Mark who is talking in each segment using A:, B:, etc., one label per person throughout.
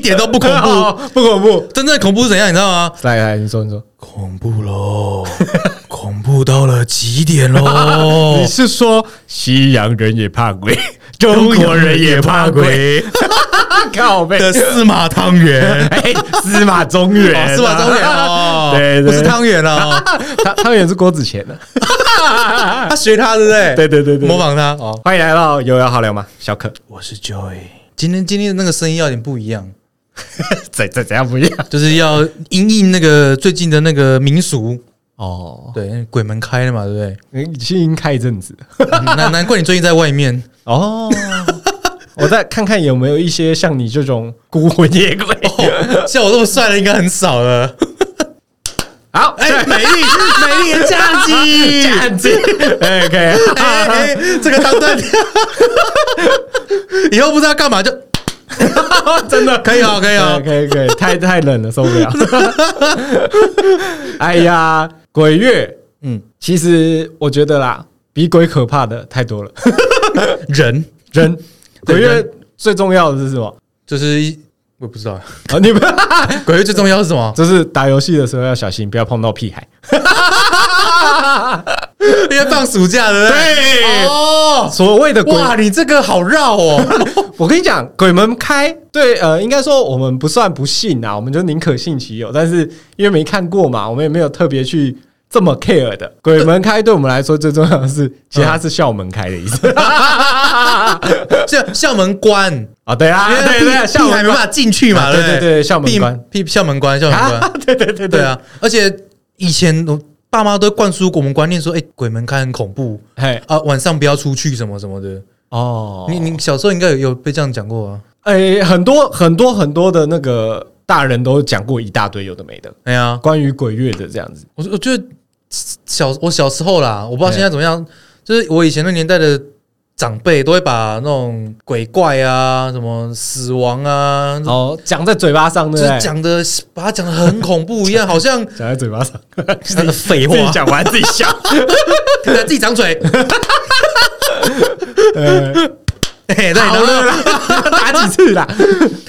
A: 点都 不恐 怖。
B: 哦，不恐怖。哦
A: 真正的恐怖是怎样，你知道吗？
B: 来来，你说你说，
A: 恐怖喽， 恐怖到了极点喽
B: 你是说西洋人也怕鬼， 中国人也怕鬼？ 靠背，
A: 的司马汤 圆
B: 哎，司马中原啊，，
A: 哦司马中原哦
B: 对，对
A: 不是，汤圆哦，
B: 汤汤圆是郭子乾的。
A: 他学他对不对？
B: 对对对对
A: 模仿他哦。
B: 欢迎来到有要好聊吗？小 可，
A: 我是 Joy，今天今天的那个声音要有点不一样，
B: 怎怎怎样不一样？
A: 就是要因应那个最近的那个民俗，
B: 哦，
A: 对，鬼门开了嘛，对不对？
B: 你先已经开一阵子了
A: 嗯难难怪你最近在外面，
B: 哦。 我再看看有没有一些像你这种孤魂野鬼。
A: 哦像我这么帅的应该很少了。
B: 好，
A: 哎、
B: 对
A: 美丽美丽的相机，
B: 这样子，OK，
A: 哎
B: 啊
A: 哎，这个当 断掉，以后不知道干嘛就
B: 真的
A: 可以哦，可以哦。
B: 哎可以可以，太太冷了，受不了。 哎呀，鬼月，
A: 嗯，
B: 其实我觉得啦，比鬼可怕的太多了。
A: 人
B: 人，
A: 对
B: 鬼月最重要的是什么？
A: 就是一我也不知道，
B: 啊，你们？
A: 鬼月最重要是什么
B: 就是打游戏的时候要小心，不要碰到屁孩。
A: 因为放暑假对不对？
B: 对
A: 哦，
B: 所谓的鬼，
A: 哇，你这个好 绕哦。
B: 我跟你讲，鬼门开，对，呃，应该说我们不算不信啊，我们就宁可信其有，但是因为没看过嘛，我们也没有特别去这么 care 的。鬼门开对我们来说最重要的是，其实它是校门开的意 思
A: 校校门关，
B: 啊，对啊，
A: 因为
B: 对对
A: 屁
B: 对，校
A: 屁还
B: 门
A: 没
B: 关
A: 办法进去嘛，
B: 啊
A: 对
B: 对
A: 不
B: 对对校门关
A: 屁，屁校门关，校门
B: 啊
A: 关，，
B: 对对对
A: 对，啊。而且以前我爸妈都会灌输我们观念说，哎，鬼门开很恐怖
B: 嘿，
A: 啊，晚上不要出去什么什么的。
B: 哦，
A: 你你小时候应该有有被这样讲过啊？
B: 哎，很多很多很多的那个大人都讲过一大堆有的没的，
A: 哎呀，
B: 关于鬼月的这样子，
A: 我我觉得小我小时候啦，我不知道现在
B: 哎
A: 怎么样，就是我以前那年代的长辈都会把那种鬼怪啊、什么死亡啊，
B: 哦，讲在嘴巴上，
A: 就
B: 对不
A: 是
B: 对？
A: 讲的把它讲的很恐怖 一样，好像呃
B: 讲在嘴巴上， 自己
A: 废话，
B: 讲完自己笑。
A: 自己掌 嘴，
B: 呃
A: 嘿对，然
B: 好了
A: 后
B: 啦， 打几次啦？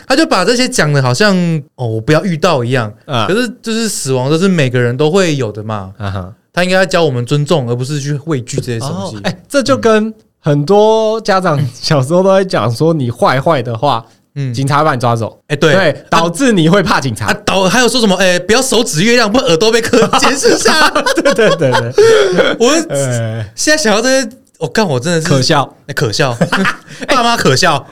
A: 他就把这些讲的好像哦，我不要遇到一样。
B: 啊
A: 可是就是死亡，这是每个人都会有的嘛。
B: 啊哈，
A: 他应该要教我们尊重，而不是去畏惧这些东
B: 哦
A: 西。
B: 哎，这就跟很多家长小时候都在讲说，你坏坏的话，
A: 嗯，
B: 警察会把你抓走，
A: 哎，对，
B: 对，导致你会怕警
A: 啊
B: 察。，
A: 导还有说什么？哎、不要手指月亮，不然耳朵被磕监 视下来。
B: 啊对对对 对，
A: 我
B: 呃，
A: 现在想到这些，我、看我真的是
B: 可笑。
A: 哎可笑， 爸妈可笑。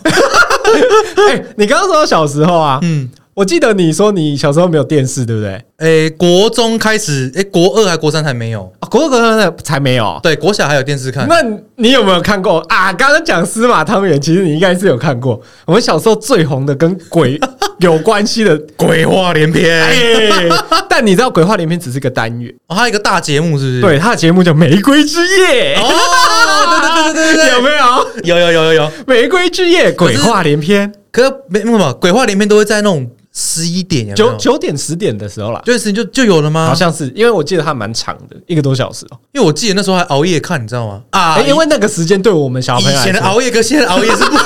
B: 哎，你刚刚说到小时候啊，
A: 嗯，
B: 我记得你说你小时候没有电视，对不对？
A: 哎、国中开始，哎、国二还国三还没有，
B: 啊国二国三嗯的才没有。
A: 对，国小还有电视看。
B: 那你有没有看过啊？刚刚讲司马汤圆，其实你应该是有看过。我们小时候最红的跟鬼 有关系的
A: 鬼话连篇
B: 哎、 但你知道鬼话连篇只是个单元，
A: 哦，还有一个大节目是不是？
B: 对，他的节目叫《玫瑰之夜》
A: 哦，对对对对对对，
B: 有没有？
A: 有有有有有，
B: 玫瑰之夜，鬼话连篇，
A: 可是没那么鬼话连篇都会在那种十一点有没啊
B: 九
A: 有？
B: 九点十点的时候啦，
A: 就是时间就就有了吗？
B: 好像是，因为我记得它蛮长的，一个多小时哦、
A: 因为我记得那时候还熬夜看，你知道吗？啊，
B: 哎因为那个时间对我们小朋友
A: 以
B: 来
A: 前的
B: 说，
A: 熬夜跟现在的熬 夜是不，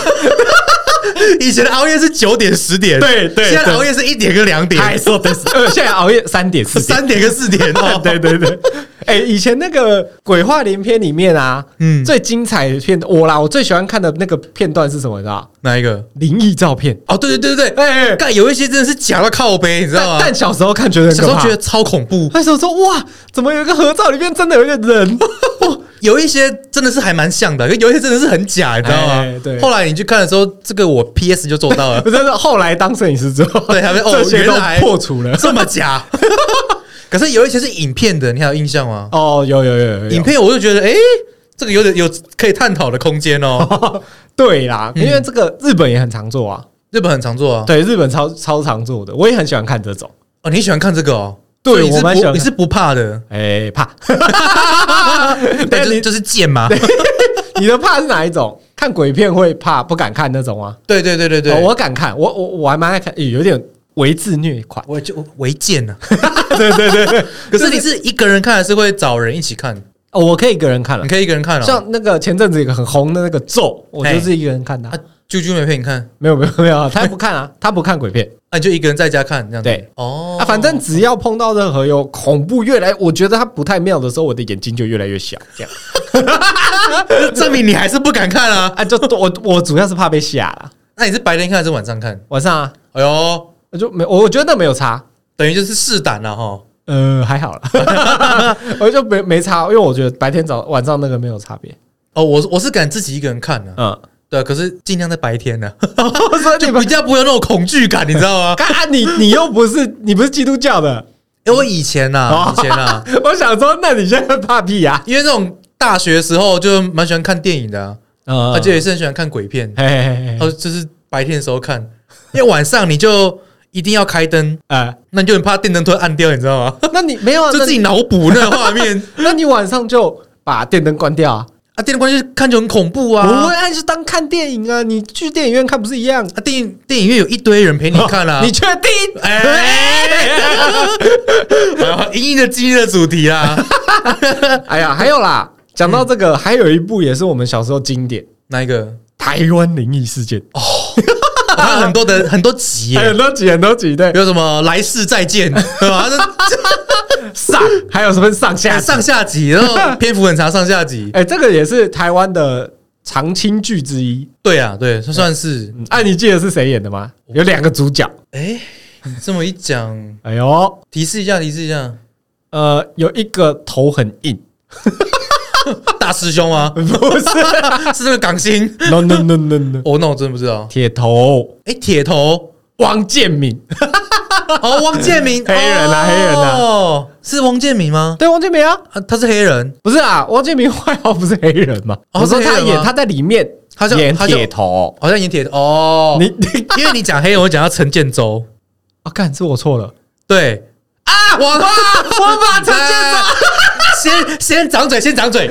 A: 以前的熬夜是九点十点，
B: 对对
A: 现在的
B: 对
A: 熬夜是一点跟两点，
B: 太说的是， 呃，现在熬夜三点四 点。
A: 三点跟四点 哦，
B: 对对对，哎、以前那个鬼话连篇里面啊，
A: 嗯
B: 最精彩的片，我啦，我最喜欢看的那个片段是什么？你知道？
A: 哪一个？
B: 灵异照片。
A: 哦，对对对对对，
B: 哎、哎
A: 干有一些真的是假到靠背，你知道
B: 但
A: 吗
B: 但？小时候看觉得很
A: 小
B: 可
A: 时候
B: 怕
A: 觉得超恐怖，
B: 那时候说哇，怎么有一个合照里面真的有一个人？
A: 有一些真的是还蛮像的，有一些真的是很假，你知道吗
B: 哎？对
A: 后来你去看的时候，这个我 PS 就做到了
B: 不，是，是后来当摄影师之后，
A: 对还会哦
B: 这些都
A: 原来
B: 破除了。
A: 这么假。 可是有一些是影片的，你还有印象吗？
B: 哦，有有有有有
A: 影片我就觉得，哎，这个有点有可以探讨的空间哦。
B: 对啦，
A: 嗯
B: 因为这个日本也很常做啊，
A: 日本很常做啊。
B: 对，日本超超常做的，我也很喜欢看这种。
A: 哦，你喜欢看这个哦？
B: 对
A: 所以你
B: 我
A: 是
B: 蛮喜
A: 不
B: 欢
A: 你是不 怕的，
B: 哎，怕，
A: 但
B: 但
A: 就是
B: 你
A: 就是贱嘛。
B: 你的怕是哪一种？看鬼片会怕，不敢看那种啊？
A: 对对对对
B: 哦
A: 对，。
B: 我敢看，我我我还蛮爱看，有点为自虐款
A: 我就违建 呢。
B: 对对 对，
A: 可是你是一个人看，还是会找人一起看？
B: 哦
A: 嗯
B: 我可以一个人看了
A: 你，可以一个人看哦。哎
B: 像那个前阵子有一个很红的那个咒，我就是一个人看的啊
A: 啊，啾啾没陪你看，
B: 没有没有没有啊，他不看 啊，他不看鬼片。
A: 那、你就一个人在家看这样子。
B: 对，
A: 哦，
B: 啊，反正只要碰到任何有恐怖越来，我觉得它不太妙的时候，我的眼睛就越来越小，这样
A: 证明你还是不敢看 啊。
B: 啊，就我我主要是怕被吓啦。
A: 那你是白天看还是晚上看？
B: 晚上啊，
A: 哎呦，
B: 我就没，我我觉得那没有差，
A: 等于就是试胆了哈。
B: 呃，还好啦， 我就没没差，因为我觉得白天早晚上那个没有差别，
A: 哦，我是我是敢自己一个人看的、
B: 嗯，
A: 对，啊可是尽量在白天 呢、
B: 所以你
A: 就
B: 们
A: 比较不会有那种恐惧感，你知道 吗？
B: 看、啊、你你又不是你不是基督教的，
A: 因为我以前呐、
B: 哦
A: 以前啊呐、
B: 我想说，那你现在怕屁啊呀、
A: 因为那种大学时候就蛮喜欢看电影的、啊，
B: 啊
A: 而且也是很喜欢看鬼片，
B: 嘿嘿嘿
A: 然
B: 嘿，
A: 后就是白天的时候看，因为晚上你就一定要开灯，
B: 呃，
A: 那你就很怕电灯突然暗掉，你知道吗？
B: 那你没有啊？
A: 就
B: 那
A: 自己脑补那个画面
B: 那你晚上就把电灯关掉啊？
A: 啊，电灯关就看就很恐怖
B: 不
A: 啊
B: 会，。那就是当看电影啊，你去电影院看不是一样？
A: 啊，电影电影院有一堆人陪你看啊，
B: 你确定？
A: 哎，阴阴的今日的主题啊，
B: 哎呀，还有啦，讲到这个，还有一部也是我们小时候经典《
A: 哪一个？
B: 台湾灵异事件》，
A: 它有很多的很多集
B: 还有很，
A: 耶
B: 多集很多集，对，
A: 有什么来世再见，对吧？
B: 上还有什么哎上
A: 那
B: 下集
A: 上？下集，然后篇幅很长，上下集。
B: 哎，这个也是台湾的常青剧之一。
A: 对啊，对，算算是。
B: 嗯，哎，你记得是谁演的吗？有两个主角。
A: 哎，你这么一讲，
B: 哎呦，
A: 提示一下，提示一下，
B: 呃，有一个头很硬，
A: 大师兄吗？
B: 不是
A: 是那个港星？
B: ？No No No No No，
A: 哦，那我真的不知道。
B: 铁头
A: 哎，铁头，
B: 汪建民。
A: 哦， 汪建民，
B: 黑人啊
A: 哦
B: 黑人啊
A: 哦，是汪建民吗？
B: 对，汪建民啊，
A: 啊，他是黑人，
B: 不是啊，汪建民外号不是黑人吗？
A: 哦
B: 我说
A: 是黑
B: 他
A: 人
B: 演
A: 吗
B: 他在里面，
A: 他叫
B: 演
A: 他叫
B: 铁头。
A: 好像演铁头哦。
B: 你你
A: 因为你讲黑人，我讲到陈建州，
B: 啊，干，是我错了。
A: 对啊，我我把陈建州 先先掌嘴，先掌嘴，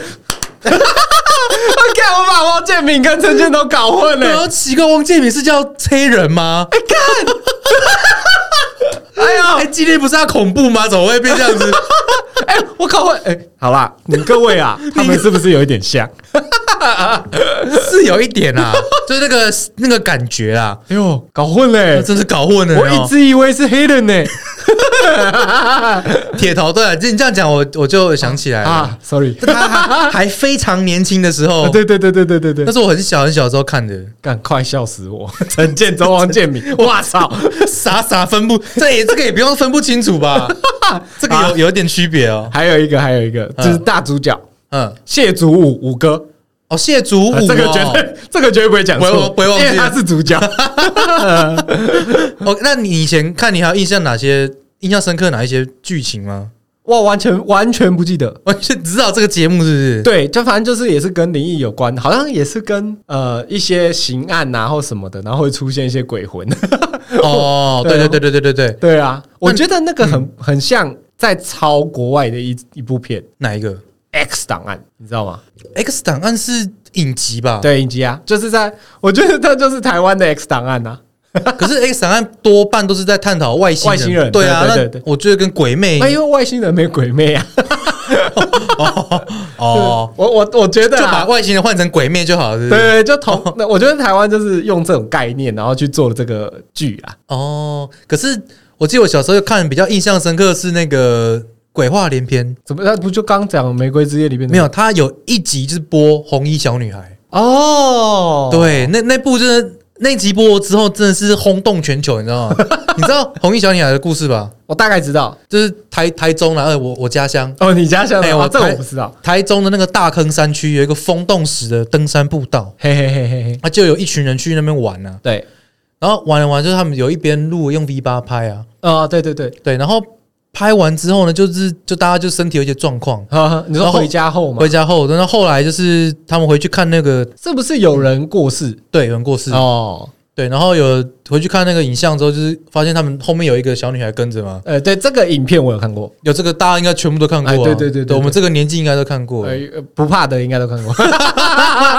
B: 我看我把汪建民跟陈建都搞混
A: 然后
B: 了。
A: 奇怪，汪建民是叫黑人吗？
B: 哎呀，
A: 哎，今天不是要恐怖吗？怎么会变这 样子？
B: 哎，我搞混。哎，好啦， 你各位啊，他们是不是有一点像？
A: 是有一点啊，就是那个那个感觉啊，
B: 哎呦，搞混嘞！
A: 真是搞混了
B: 我
A: 哦。
B: 一直以为是黑人呢。
A: 哦铁头，对，啊你这样讲，我我就想起来了。
B: 啊，sorry。
A: 他还还非常年轻的时候
B: 啊，对对对对对对对
A: 那，是我很小很小的时候看的，
B: 干快笑死我！ 陈建州、汪建民，哇操！
A: 傻傻分不，这也这个也不用分不清 楚吧？这
B: 啊
A: 个有有一点区别哦。
B: 还有一个，还有一个，就是大主角
A: 嗯，
B: 谢祖武武哥，
A: 哦，谢祖武、
B: 啊
A: 哦
B: 这个绝对这个绝对不会讲
A: 不
B: 错，
A: 会不会忘记
B: 因为他是主角。
A: 哦，那你以前看，你还有印象哪些印象深刻哪一些剧情吗？
B: 哇，完全完全不记得。
A: 完全知道这个节目是不是？
B: 对，就反正就是也是跟灵异有关，好像也是跟呃一些刑案啊或什么的，然后会出现一些鬼魂。
A: 哦，对对对对对对对，
B: 对啊，我觉得那个很很像在抄国外的一一部片《
A: 哪一个
B: X 档案》，你知道吗？
A: ？X 档案是影集吧？。
B: 对，影集啊，就是在我觉得它就是台湾的 X 档案啊。
A: 可是 X 档案多半都是在探讨外星
B: 外星人
A: 对啊，
B: 对对
A: 那
B: 对对哎
A: 我觉得跟鬼魅
B: 那因为外星人没鬼魅啊，
A: 哦，
B: 我我我觉得
A: 就
B: 啊
A: 把外星人换成鬼魅就好了，是不
B: 对
A: 是？
B: 对，就同那我觉得台湾就是用这种概念，然后去做这个剧啊。
A: 哦，可是我记得我小时候看比较印象深刻的是那个鬼话连篇，
B: 怎么？那不就刚讲《玫瑰之夜》里面的
A: 没有，它有一集就是播红衣小女孩。
B: 哦？
A: 对，那那部真的那集播之后，真的是轰动全球，你 知道吗？你知道红衣小女孩的故事吧？
B: 我大概知道。
A: 就是台台中啦，呃，我我家乡
B: 哦，你家乡的
A: 哎
B: 哦
A: 我
B: 这
A: 猜
B: 我不知道。
A: 台中的那个大坑山区有一个风洞石的登山步道，
B: 嘿嘿嘿嘿嘿，
A: 啊，就有一群人去那边玩啊，
B: 对，
A: 然后玩了玩，就是他们有一边录用 V 八拍啊，
B: 哦，对对对，
A: 对，然后拍完之后呢，就是就大家就身体有一些状况，
B: 呵呵你说
A: 然后
B: 回家后吗
A: 回？家后，然后后来就是他们回去看那个
B: 是不是有人过世？
A: 对有人过世，
B: 哦，
A: 对，然后有回去看那个影像之后，就是发现他们后面有一个小女孩跟着嘛，
B: 呃，对，这个影片我有看过，
A: 有这个大家应该全部都看过、啊
B: 哎对对对对对
A: 我们这个年纪应该都看过。
B: 呃，呃不怕的应该都看过。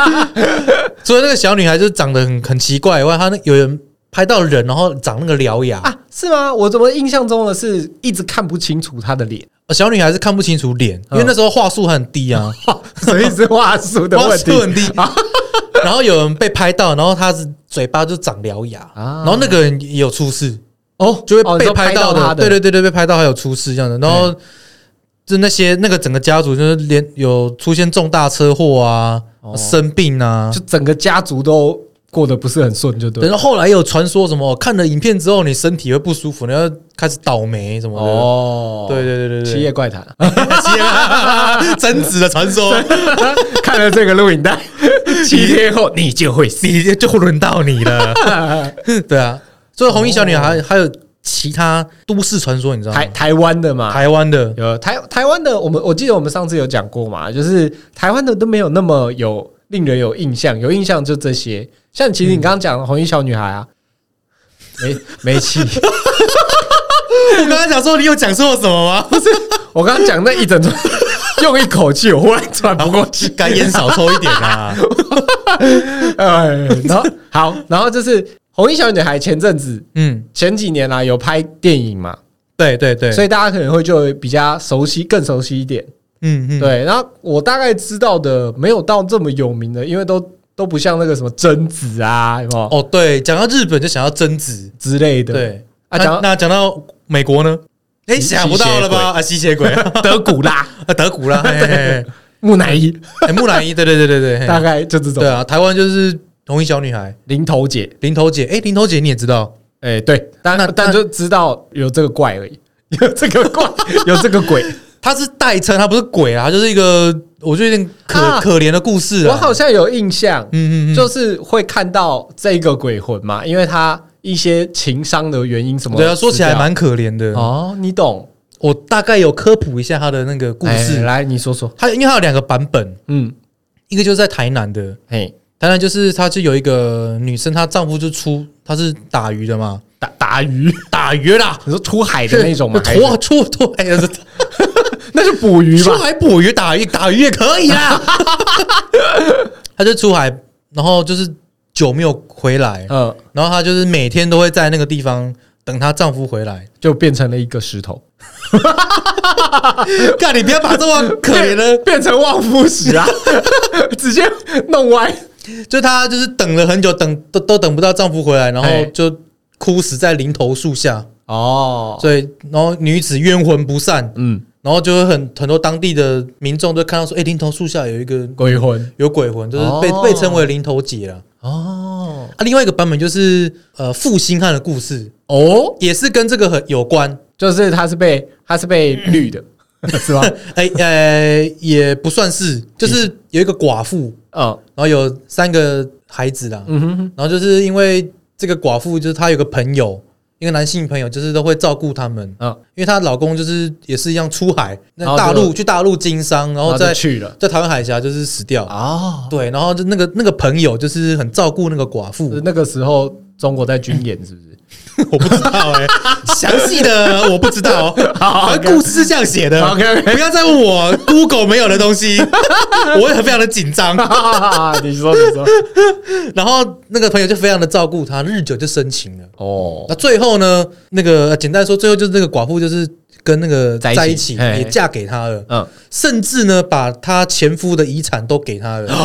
A: 除了那个小女孩就是长得很很奇怪以外，她那有人拍到人，然后长那个獠牙，
B: 啊，是吗？我怎么印象中的是一直看不清楚他的 脸，
A: 小女孩是看不清楚脸，因为那时候话术很低啊，
B: 所以是话术的
A: 话
B: 问
A: 术
B: 题。
A: 很低。 然后有人被拍到，然后他是嘴巴就长獠牙，
B: 啊
A: 然后那个人也有出事，
B: 哦，
A: 就
B: 哦
A: 会
B: 你
A: 被
B: 说拍
A: 到
B: 他的，
A: 对对对对，被拍到还有出事这样的。然后就那些那个整个家族就是连有出现重大车祸啊、
B: 哦
A: 生病啊，
B: 就整个家族都过得不是很顺，就对了。
A: 然后后来有传说什么哦看了影片之后你身体会不舒服，你要开始倒霉什么的。
B: 哦，
A: 对对对对对，
B: 七夜怪谈》
A: 企业贞子的传说，
B: 看了这个录影带， 七天后你就会死。
A: 你就轮到你 了。对啊，所以红衣小女孩还有其他都市传说，你知道吗
B: 台？台湾的嘛，
A: 台湾的
B: 有台台湾的，我们我记得我们上次有讲过嘛，就是台湾的都没有那么有令人有印象，有印象就这些。像其实你刚刚讲的红衣小女孩 啊，没没气，
A: 我刚才讲说你有讲错什么吗？
B: 我刚刚讲那一整串，用一口气，我忽然喘不过气，
A: 该烟少抽一点 啊。
B: 哎，然后好，然后就是红衣小女孩前阵子
A: 嗯，
B: 前几年啊有拍电影嘛，
A: 对对对，
B: 所
A: 以
B: 以大家可能会就比较熟悉，更熟悉一点。
A: 嗯嗯，
B: 对，然后我大概知道的没有到这么有名的，因为都都不像那个什么贞子啊，有没有、
A: 哦对，讲到日本就想要贞子，
B: 之类的？，
A: 对
B: 啊
A: 啊。
B: 讲到
A: 那那讲到美国呢？哎，
B: 吸
A: 想不到了吧？啊，吸血鬼， 啊
B: 德古拉、
A: 德古 拉，嘿嘿嘿
B: 木乃伊，
A: 哎，木乃伊，对对对对对
B: 大
A: 嘿，
B: 概就这种
A: 对。啊，台湾就是红衣小女孩，
B: 零头姐，
A: 林头姐，哎，林头姐你也知道，
B: 哎、对，但
A: 那
B: 但
A: 那
B: 就知道有这个怪而已， 有这个 怪，有这个鬼。
A: 她是代称，她不是鬼啊，她就是一个我觉得有点可
B: 啊
A: 可怜的故事
B: 我
A: 啊。
B: 好像有印象，
A: 嗯嗯嗯，
B: 就是会看到这个鬼魂嘛，因为他一些情伤的原因什么。
A: 对啊，说起来蛮可怜的。
B: 哦，你懂
A: 我大概有科普一下她的那个故
B: 哎
A: 事，
B: 来你说说。
A: 她因为她有两个版本，
B: 嗯，
A: 一个就是在台南的，
B: 嘿，
A: 台南就是她就有一个女生，她丈夫就出她是打鱼的嘛，
B: 打打鱼，
A: 打鱼啦，
B: 你说出海的那种吗？ 还是
A: 拖出拖哎，
B: 那就捕鱼
A: 出
B: 吧。
A: 海捕鱼打鱼打鱼也可 以啦。她就出海，然后就是久没有回来，
B: 嗯，
A: 然后她就是每天都会在那个地方等她丈夫回来。
B: 就变成了一个石头，
A: 干，你不要把这么可怜的
B: 变成旺夫石 啊，直接弄歪。
A: 就她就是等了很久，等都都等不到丈夫回来，然
B: 哎
A: 后就枯死在林头树下。
B: 哦，
A: 所以，然后女子冤魂不散，
B: 嗯，
A: 然后就会很很多当地的民众都看到说，哎、林头树下有一个
B: 鬼魂。
A: 有鬼魂，就是被、
B: 哦
A: 被称为林头姐了。
B: 哦
A: 啊，另外一个版本就是呃负心汉的故事，
B: 哦，
A: 也是跟这个很有关。
B: 就是他是被他是被绿的， 是吧？
A: 哎、呃、也不算是，就是有一个寡妇，
B: 嗯
A: 然后有三个孩子啦，
B: 嗯哼哼，
A: 然后就是因为这个寡妇，就是她有个朋友，一个男性朋友，就是都会照顾他们，
B: 嗯，
A: 因为她老公就是也是一样出海，
B: 然后
A: 那
B: 就
A: 大陆去大陆经商，然后
B: 再
A: 在
B: 去了。
A: 在台湾海峡就是死掉。
B: 哦，
A: 对，然后就那个那个朋友就是很照顾那个寡妇
B: 是，那个时候中国在军演，是不是？
A: 我不知道 哎、详细的我不知道，
B: 好
A: 反正故事是这样写的。
B: OK，OK
A: 不要再问我 Google 没有的 东西，我会很非常的紧张。
B: 你说你 说，
A: 然后那个朋友就非常的照顾她，日久就生情了。
B: 哦，
A: 那最后呢，那个呃简单说，最后就是那个寡妇就是跟那个
B: 在一起
A: 在一起，
B: 嘿
A: 也嫁给他了，
B: 嗯，
A: 甚至呢把她前夫的遗产都给他了。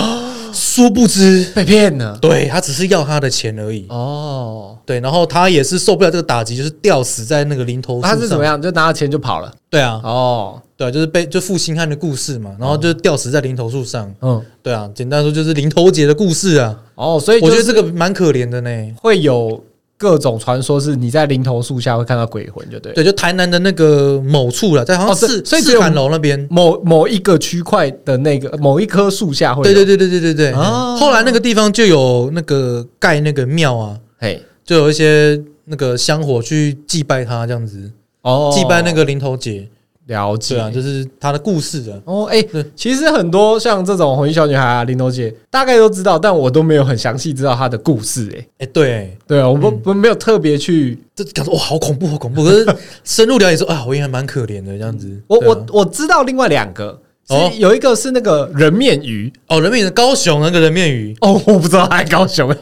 A: 殊不知，
B: 被骗了。
A: 对他只是要他的钱而已。
B: 哦，
A: 对，然后他也是受不了这个打击，就是吊死在那个林头树上。
B: 他是怎么？样？就拿了钱就跑了。
A: 对啊，
B: 哦，
A: 对啊，就是被就负心汉的故事嘛，然后就吊死在林头树上。
B: 嗯，
A: 对啊，简单说就是林头姐的故事啊。
B: 哦，所以
A: 我
B: 就
A: 觉
B: 是
A: 得这个蛮可怜的呢。
B: 会有各种传说，是你在林头树下会看到鬼魂，就对。，
A: 对，就台南的那个某处了，在
B: 哦
A: 好像
B: 所以
A: 四
B: 所以只
A: 四
B: 有
A: 坎楼那边。
B: 某某一个区块的那个某一棵树下会。
A: 对对，对对对对对。
B: 哦
A: 后来那个地方就有那个盖那个庙啊，
B: 嘿，
A: 就有一些那个香火去祭拜他这样子，
B: 哦，
A: 祭拜那个林头姐。
B: 了
A: 对
B: 解
A: 啊，就是他的故事啊。
B: 哦，哎、
A: 对
B: 其实很多像这种红衣小女孩啊、林头姐，大概都知道，但我都没有很详细知道她的故事、哎，
A: 哎，对。
B: 对啊，我不、不没有特别去，
A: 这感觉哇，好恐怖，好恐怖！可是深入了解说，啊，我也还蛮可怜的这样子。
B: 我、
A: 对啊
B: 我我知道另外两个，
A: 哦
B: 是有一个是那个人面鱼，
A: 哦，人面鱼，高雄那个人面鱼，
B: 哦，我不知道她在高雄，
A: 哎、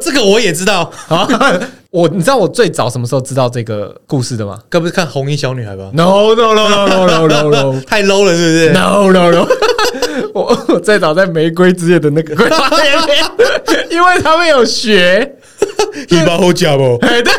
A: 这个 我也知道，
B: 啊， 我你知道我最早什么时候知道这个故事的吗
A: 该不是看红衣小女孩吧？
B: ？No no no no no no no no
A: 太 low 了，是不是？
B: no no no！我我最早在《玫瑰之夜》的那个 因为他们有学，
A: 一包好假不？
B: 哎对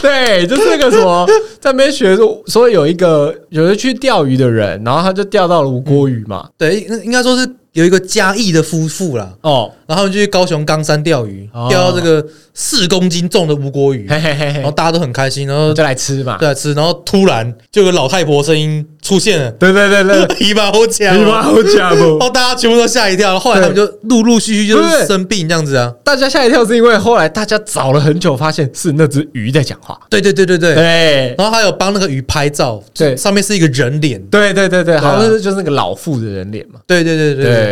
B: 对，就是那个什么，在那边学，所以有一个有人去钓鱼的人，然后他就钓到了吴郭鱼嘛，
A: 对，应应该说是有一个嘉义的夫妇啦，
B: 哦，
A: 然后他们就去高雄冈山钓鱼
B: 哦，
A: 钓到这个四公斤重的吴锅鱼，
B: 嘿嘿嘿
A: 然后
B: 嘿，
A: 大家都很开心，然后
B: 哦就来吃嘛，
A: 对啊吃，然后突然就有个老太婆声音出现了
B: 对对对对，：“
A: 一把好假
B: 你妈
A: 哦！”
B: 好假不
A: 然？后大家全部都吓一跳，后来他们就陆陆续续就
B: 对
A: 是生病这样子啊。
B: 大家吓一跳，是因为后来大家找了很久，发现是那只鱼在讲话。
A: 对对对对对，
B: 对
A: 然后还有帮那个鱼拍照，
B: 对
A: 上面是一个人脸。
B: 对对对对，
A: 啊
B: 好像是就是那个老妇的人脸嘛。
A: 对对对对
B: 对
A: 哎，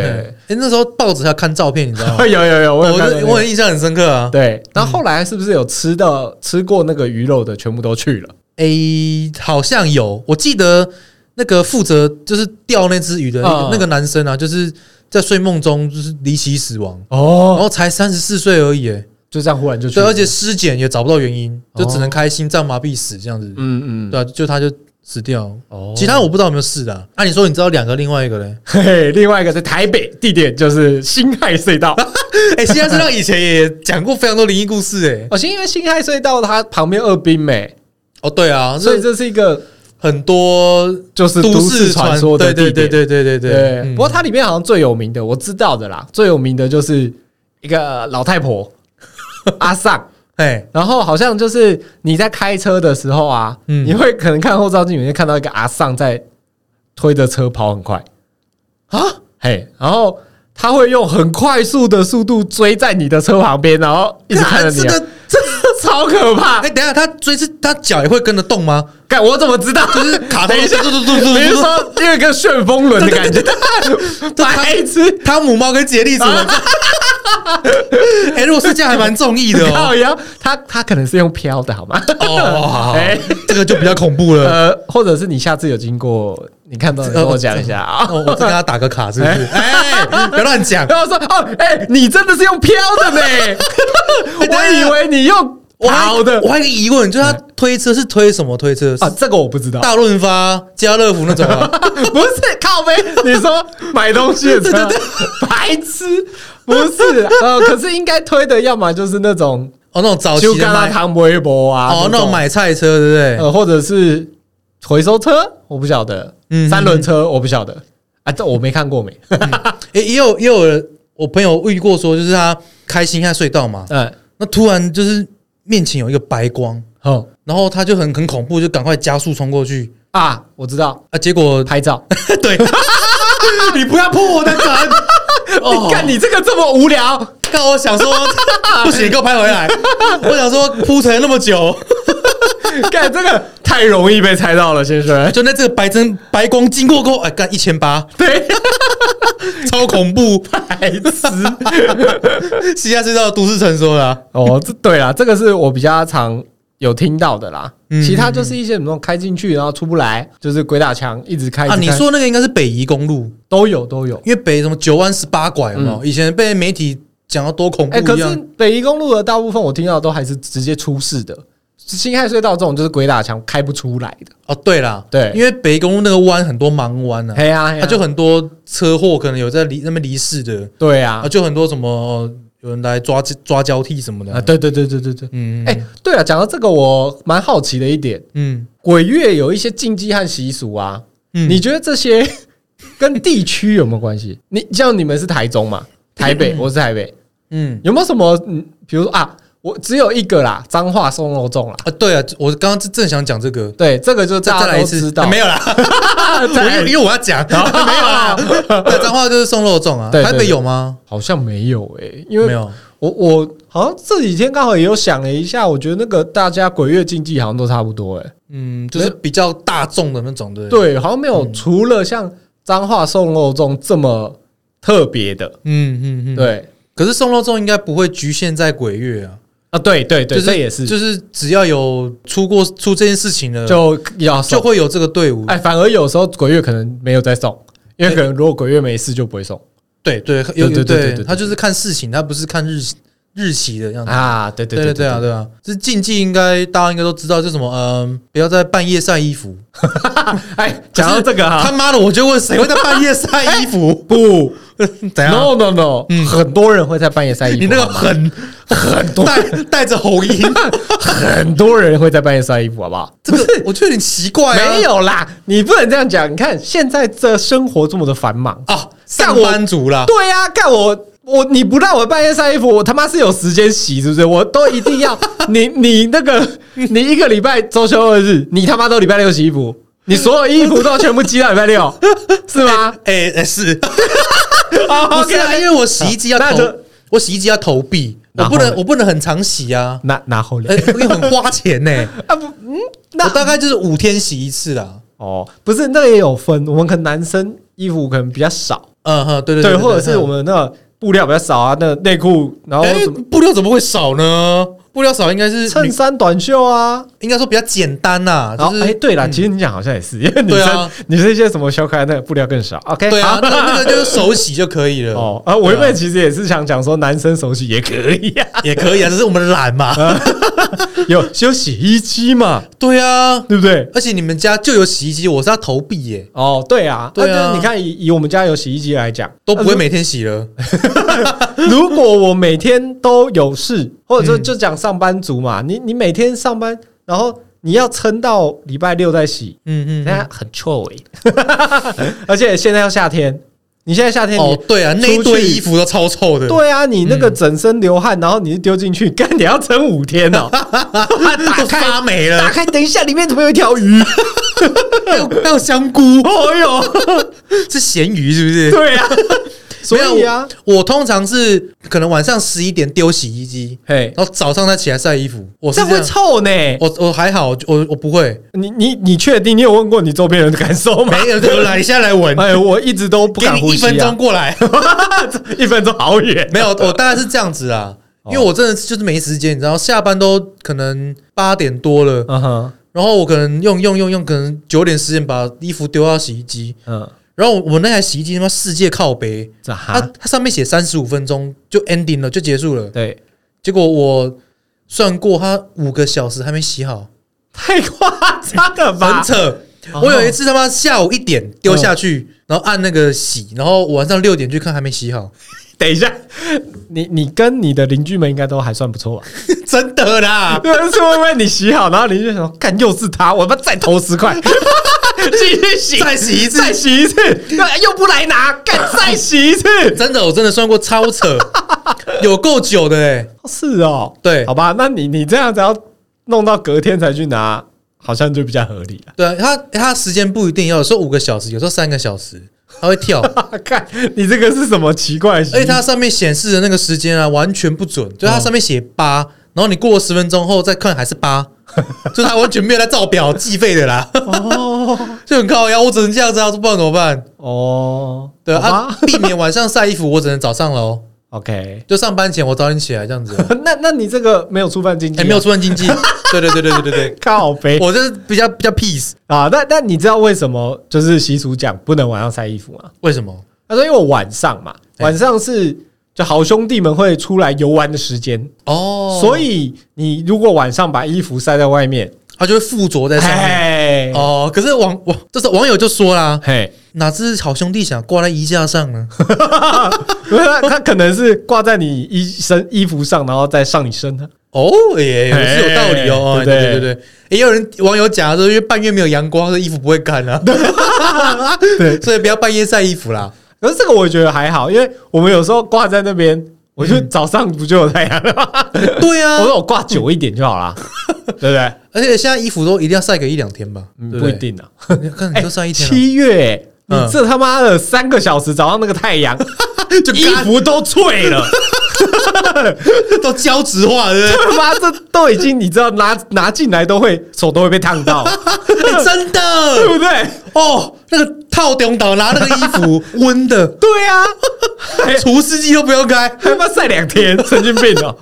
A: 诶那时候报纸还看照片，你知道吗？
B: 哦
A: 哦
B: 有有 哦有，我有
A: 我
B: 看到那
A: 就
B: 个
A: 我很印象很深刻啊。
B: 对，然后后来是不是有吃到吃过那个鱼肉的，全部都去了？
A: 诶、好像有，我记得那个负责就是钓那只鱼的那个,、
B: 嗯
A: 那个男生啊，就是在睡梦中就是离奇死亡，然
B: 哦，
A: 后才三十四岁而已、诶
B: 就这样忽然就去
A: 对，
B: 了，
A: 而且尸检也找不到原因，就只
B: 哦
A: 能开心脏麻痹死这样子，
B: 嗯嗯，
A: 对啊，就他就死掉。
B: 哦
A: 其他我不知道有没有事的、啊。那、你说你知道两个，另外一个嘞？
B: 嘿嘿，另外一个在台北，地点就是辛亥隧道。
A: 哎、现在知道以前也讲过非常多灵异故事、诶
B: 哦，因为辛亥隧道它旁边二兵美，
A: 哦，对啊，
B: 所
A: 所
B: 以
A: 以
B: 这是一个
A: 很多
B: 就是
A: 都
B: 市传说的
A: 对
B: 地
A: 对
B: 点。
A: 对对对对对
B: 对，
A: 嗯
B: 不过它里面好像最有名的，我知道的啦，最有名的就是一个老太 婆阿丧，
A: 哎，
B: 然后好像就是你在开车的时候啊，
A: 嗯
B: 你会可能看后照镜，你会看到一个阿丧在推着车跑很快啊，嘿，然后他会用很快速的速度追在你的车旁边，然后一直看着你、
A: 这
B: 啊，
A: 个这个
B: 超可怕
A: 哎、！等一下，他追是他脚也会跟着动吗？
B: 干，我怎么知道？
A: 就是卡通
B: 等一下
A: 嘟嘟嘟嘟嘟
B: 你是说有一个旋风轮的感觉？白痴！
A: 汤姆猫跟杰利鼠的。 哎、如果是这样，还蛮中意的哦。
B: 靠腰，他他可能是用飘的好吗？
A: 哦，好
B: 哎
A: 这个就比较恐 怖了。
B: 呃，或者是你下次有经过，你看到你跟我讲一下啊。
A: 哦，我再跟他打个卡，是不是？哎、不要乱讲。
B: 然后我说哦，哎、你真的是用飘的 呢，我以为你用
A: 我还
B: 跑的
A: 我还有一个疑问，就是他推车是推什么推车？
B: 啊，这个我不知 道，
A: 大润发、家乐福那 种啊？
B: 不是靠背，你说买东西的车，白痴，不是呃，可是应该推的，要么就是那种
A: 哦，那种早期
B: 修
A: 的
B: 干拉
A: 买
B: 汤微博啊，
A: 哦，那种买菜车，对不对？
B: 呃，或者是回收车，我不晓得，
A: 嗯
B: 三轮车我不晓得啊，这我没看 过没，
A: 也、也有也有人，我朋友遇过说，就是他开辛亥隧道嘛，
B: 嗯，
A: 那突然就是面前有一个白光，
B: 好
A: 然后他就很很恐怖，就赶快加速冲过去
B: 啊，我知道，
A: 啊！结果
B: 拍照，
A: 对，你不要破我的梗！
B: 你
A: 哦，
B: 看你这个这么无聊，
A: 看我想说， 不行，给我拍回来。我想说铺陈那么久，
B: 干这个太容易被猜到了，先 生。
A: 啊就那这个白针白光经过过后，哎，干一千八，
B: 对，
A: 超恐 怖！
B: 白痴。
A: 西夏隧道都市传说啦，
B: 哦，这对啦，这个是我比较常有听到的啦。
A: 嗯
B: 其他就是一些什么开进去然后出不来，就是鬼打墙一直开。
A: 啊，
B: 一直
A: 你
B: 开
A: 说那个应该是北宜公路，
B: 都有都有。
A: 因为北什么九弯十八拐有没有？以前被媒体讲到多恐
B: 哎、
A: 怖
B: 可
A: 一
B: 是
A: 样，
B: 北宜公路的大部分我听到都还是直接出事的，辛亥隧道这种就是鬼打墙开不出来的。
A: 哦，对啦，
B: 对
A: 因为北宜公路那个弯很多盲弯啊，
B: 哎呀、嘿啊
A: 他就很多车祸可能有在离那边离世的
B: 对啊
A: 啊，就很多什么呃有人来抓抓交替什么的
B: 啊，。对对对对对对。
A: 嗯，
B: 哎、对了，讲到这个，我蛮好奇的一点，
A: 嗯
B: 鬼月有一些禁忌和习俗啊，
A: 嗯，
B: 你觉得这些 跟地区有没有关系？你像你们是台中 嘛，台北，我是台北，
A: 嗯
B: 有没有什么？嗯，比如说啊，我只有一个啦，彰化松肉粽啦。
A: 啊，对啊，我刚刚正想讲这个，
B: 对，这个就
A: 再
B: 大
A: 再
B: 家
A: 来
B: 都
A: 一次
B: 知，道，啊
A: 啊没 有啦，我因为因为我要讲， 没有啦，对彰化就是送肉粽啊，
B: 对对
A: 台北有吗？
B: 好像没有诶、因
A: 没
B: 为
A: 有，
B: 我我好像这几天刚好也有想了一下，我觉得那个大家鬼月禁忌好像都差不多诶、欸
A: 嗯，就是比较大众的那种的，，
B: 对，好像没
A: 嗯
B: 有除了像彰化送肉粽这么特别的，
A: 嗯嗯嗯，。
B: 对
A: 可是送肉粽应该不会局限在鬼月啊，
B: 啊，对对对，
A: 就是
B: 这也是
A: 就是只要有出过出这件事情了，
B: 就要送
A: 就会有这个队伍。
B: 哎，反而有时候鬼月可能没有在送，因为可能如果鬼月没事就不会送。
A: 对对，有
B: 对对对对对
A: 他就是看事情，他不是看日日期的样子。
B: 啊，对对对
A: 对对 啊，对啊，这禁忌应该大家应该都知道，就什么嗯，不要在半夜晒衣服。
B: 哎， 讲到这个
A: 他
B: 哈，
A: 妈的，我就问谁会在半夜晒衣服？
B: 不
A: 怎样？
B: ，no no no，很多人会在半夜晒衣服，
A: 嗯你那 个
B: 好吗
A: 很很多带带着红音，
B: 很多人会在半夜晒衣 服，好不好？
A: 这个我觉得有点奇怪、啊。
B: 没有啦，你不能这样讲。你看现在这生活这么的繁忙，
A: 啊，
B: 干
A: 上
B: 我
A: 班族啦，
B: 对呀、干我我你不让我半夜晒衣服，我他妈是有时间洗是不是？我都一定要 你你那个你一个礼拜周休二日，你他妈都礼拜六洗衣服，你所有衣服都全部积到礼拜六， 是吗？
A: 哎、哎 是，
B: 好
A: 不是啊，因为我洗衣机要
B: 那
A: 投
B: 就，
A: 我洗衣机要投币，我
B: 然后
A: 不能
B: 呢
A: 我不能很常洗 啊，
B: 拿拿后
A: 哎、
B: 脸
A: 因为很花钱呢、
B: 啊不嗯
A: 我
B: 那
A: 大概就是五天洗一次啦。
B: 哦不是那也有分，我们可能男生衣服可能比较少，
A: 嗯哼，对对
B: 对，
A: 对，
B: 或者是我们那个布料比较少啊，那内裤然后
A: 哎、
B: 什么
A: 布料怎么会少呢？布料少应该是
B: 衬
A: 女
B: 衫短袖啊，
A: 应该说比较简单呐、
B: 然
A: 就
B: 后
A: 是、
B: 哎，对了，其实你讲好像也是，因为女
A: 对
B: 生
A: 啊
B: 女生现在什么小可爱那个布料更少，OK，
A: 对啊
B: 好，
A: 那个那个就是手洗就可以了，
B: 哦，啊，我原本其实也是想讲说，男生手洗也可以 呀、
A: 也可以啊，只是我们懒 嘛。
B: 嗯有有洗衣机嘛，
A: 对啊，
B: 对不对？
A: 而且你们家就有洗衣机，我是要投币耶、
B: 哦，对啊，
A: 对啊
B: 那就是你看以以我们家有洗衣机来讲，
A: 都不会每天洗了。
B: 那如。如果我每天都有事，或者说
A: 嗯
B: 就讲上班族嘛，你你每天上班，然后你要撑到礼拜六再洗，
A: 嗯嗯
B: 那很臭哎、 而且现在要夏天，你现在夏天哎你
A: 哦，对啊，那一堆衣服都嗯超臭的。
B: 对啊，你那个整身流汗，然后你就丢进去，干你要撑五天 哦。
A: 都发霉了
B: 打，开，等一下，里面怎么有一条鱼？
A: 还有还有香菇，哎呦，是咸鱼是不是？
B: 对啊，所以啊，
A: 没有，我我通常是可能晚上十一点丢洗衣机，
B: 嘿，
A: 然后早上再起来晒衣服。我是
B: 这
A: 这
B: 会
A: 样，
B: 臭呢。
A: 我我还好，我我不会，
B: 你你你确定你有问过你周边人的感受吗？
A: 没有，对我来下来 闻，
B: 哎，我一直都不
A: 给
B: 敢
A: 你
B: 呼
A: 一分
B: 吸啊
A: 钟，过来。
B: 一分钟好远。
A: 没有，我大概是这样子啦，因为我真的是就是没时间，你知道，下班都可能八点多了，
B: 嗯哼，
A: 然后我可能用用用用，可能九点十点把衣服丢到洗衣机，
B: 嗯，
A: 然后我那台洗衣机他妈世界靠背，
B: 这
A: 它
B: 哈，
A: 它上面写三十五分钟就 ending 了，就结束了。
B: 对，
A: 结果我算过，它五个小时还没洗好，
B: 太夸张了吧
A: 很？扯
B: 哦。
A: 我有一次他妈下午一点丢下去，然后按那个洗，然后晚上六点去看还没洗好，
B: 等一下，你你跟你的邻居们应该都还算不 错吧？
A: 真的啦。
B: 对，是因为你洗好，然后邻居想说，干又是他，我他妈再投十块， 继续洗，
A: 再洗一次
B: 再洗一次， 又不来拿，干再洗一次，
A: 真的，我真的算过 超扯，有够久的哎、
B: 是哦，
A: 对
B: 好吧，那你你这样子要弄到隔天才去拿，好像就比较合理了。
A: 对啊，它它时间不一定要，有时候五个小时，有时候三个小时，它会 跳。
B: 看你这个是什么奇怪的习
A: 而且它上面显示的那个时间啊，完全不准，就它上面写八、然后你过了十分钟后再看还是 八，就它完全没有在照表计费的 啦，
B: 哦
A: 就很靠腰，我只能这样子啊，不然怎么办？
B: 哦，
A: 对
B: 好
A: 啊
B: 吧，
A: 避免晚上晒衣服，我只能早上喽，
B: ，OK，
A: 就上班前我早点起来这 样子啊，
B: 那那你这个没有触犯经济、
A: 也、哎没有出门 经济，对对对对对对对，
B: 靠背
A: 我就是比较比较 peace，
B: 啊。那那你知道为什么就是习俗讲不能晚上晒衣服吗？
A: 为什么？
B: 他说因为我晚上嘛，
A: 哎
B: 晚上是就好兄弟们会出来游玩的时间，
A: 哦，
B: 所以你如果晚上把衣服晒在外面，
A: 它就会附着在上面。
B: 哎
A: 哦，可是网网就是网友就说啦，
B: 嘿，
A: 哪只好兄弟想挂在衣架上呢？
B: 因为 他他可能是挂在你衣身衣服上，然后再上你身的。
A: 哦，也也是有道理哦。
B: 哎对不对
A: 哎对对对对，也有人网友讲说，因为半夜没有阳光，所以衣服不会干啊。
B: 对，
A: 所以不要半夜晒衣服啦。
B: 可是这个我觉得还好，因为我们有时候挂在那边，我就早上不就有太阳 了吗？
A: 对
B: 我
A: 啊，
B: 说我挂久一点就好啦，对不对？
A: 而且现在衣服都一定要晒个一两天吧，
B: 嗯
A: 对
B: 不
A: 对
B: 一。定啊。
A: 你看，
B: 哎
A: 你都晒一天了，
B: 七月、哎
A: 嗯
B: 你这他妈的三个小时早上那个太 阳，衣服都脆了。
A: 都胶质化，对
B: 他妈这都已经你知道拿拿进来都会手都会被烫 到，
A: 不对？哎真
B: 对
A: 的
B: 不对？
A: 哦，那个套中岛拿那个衣服 温的，
B: 对啊，还
A: 除湿机都不用开。
B: 还要晒两天，神经病哦！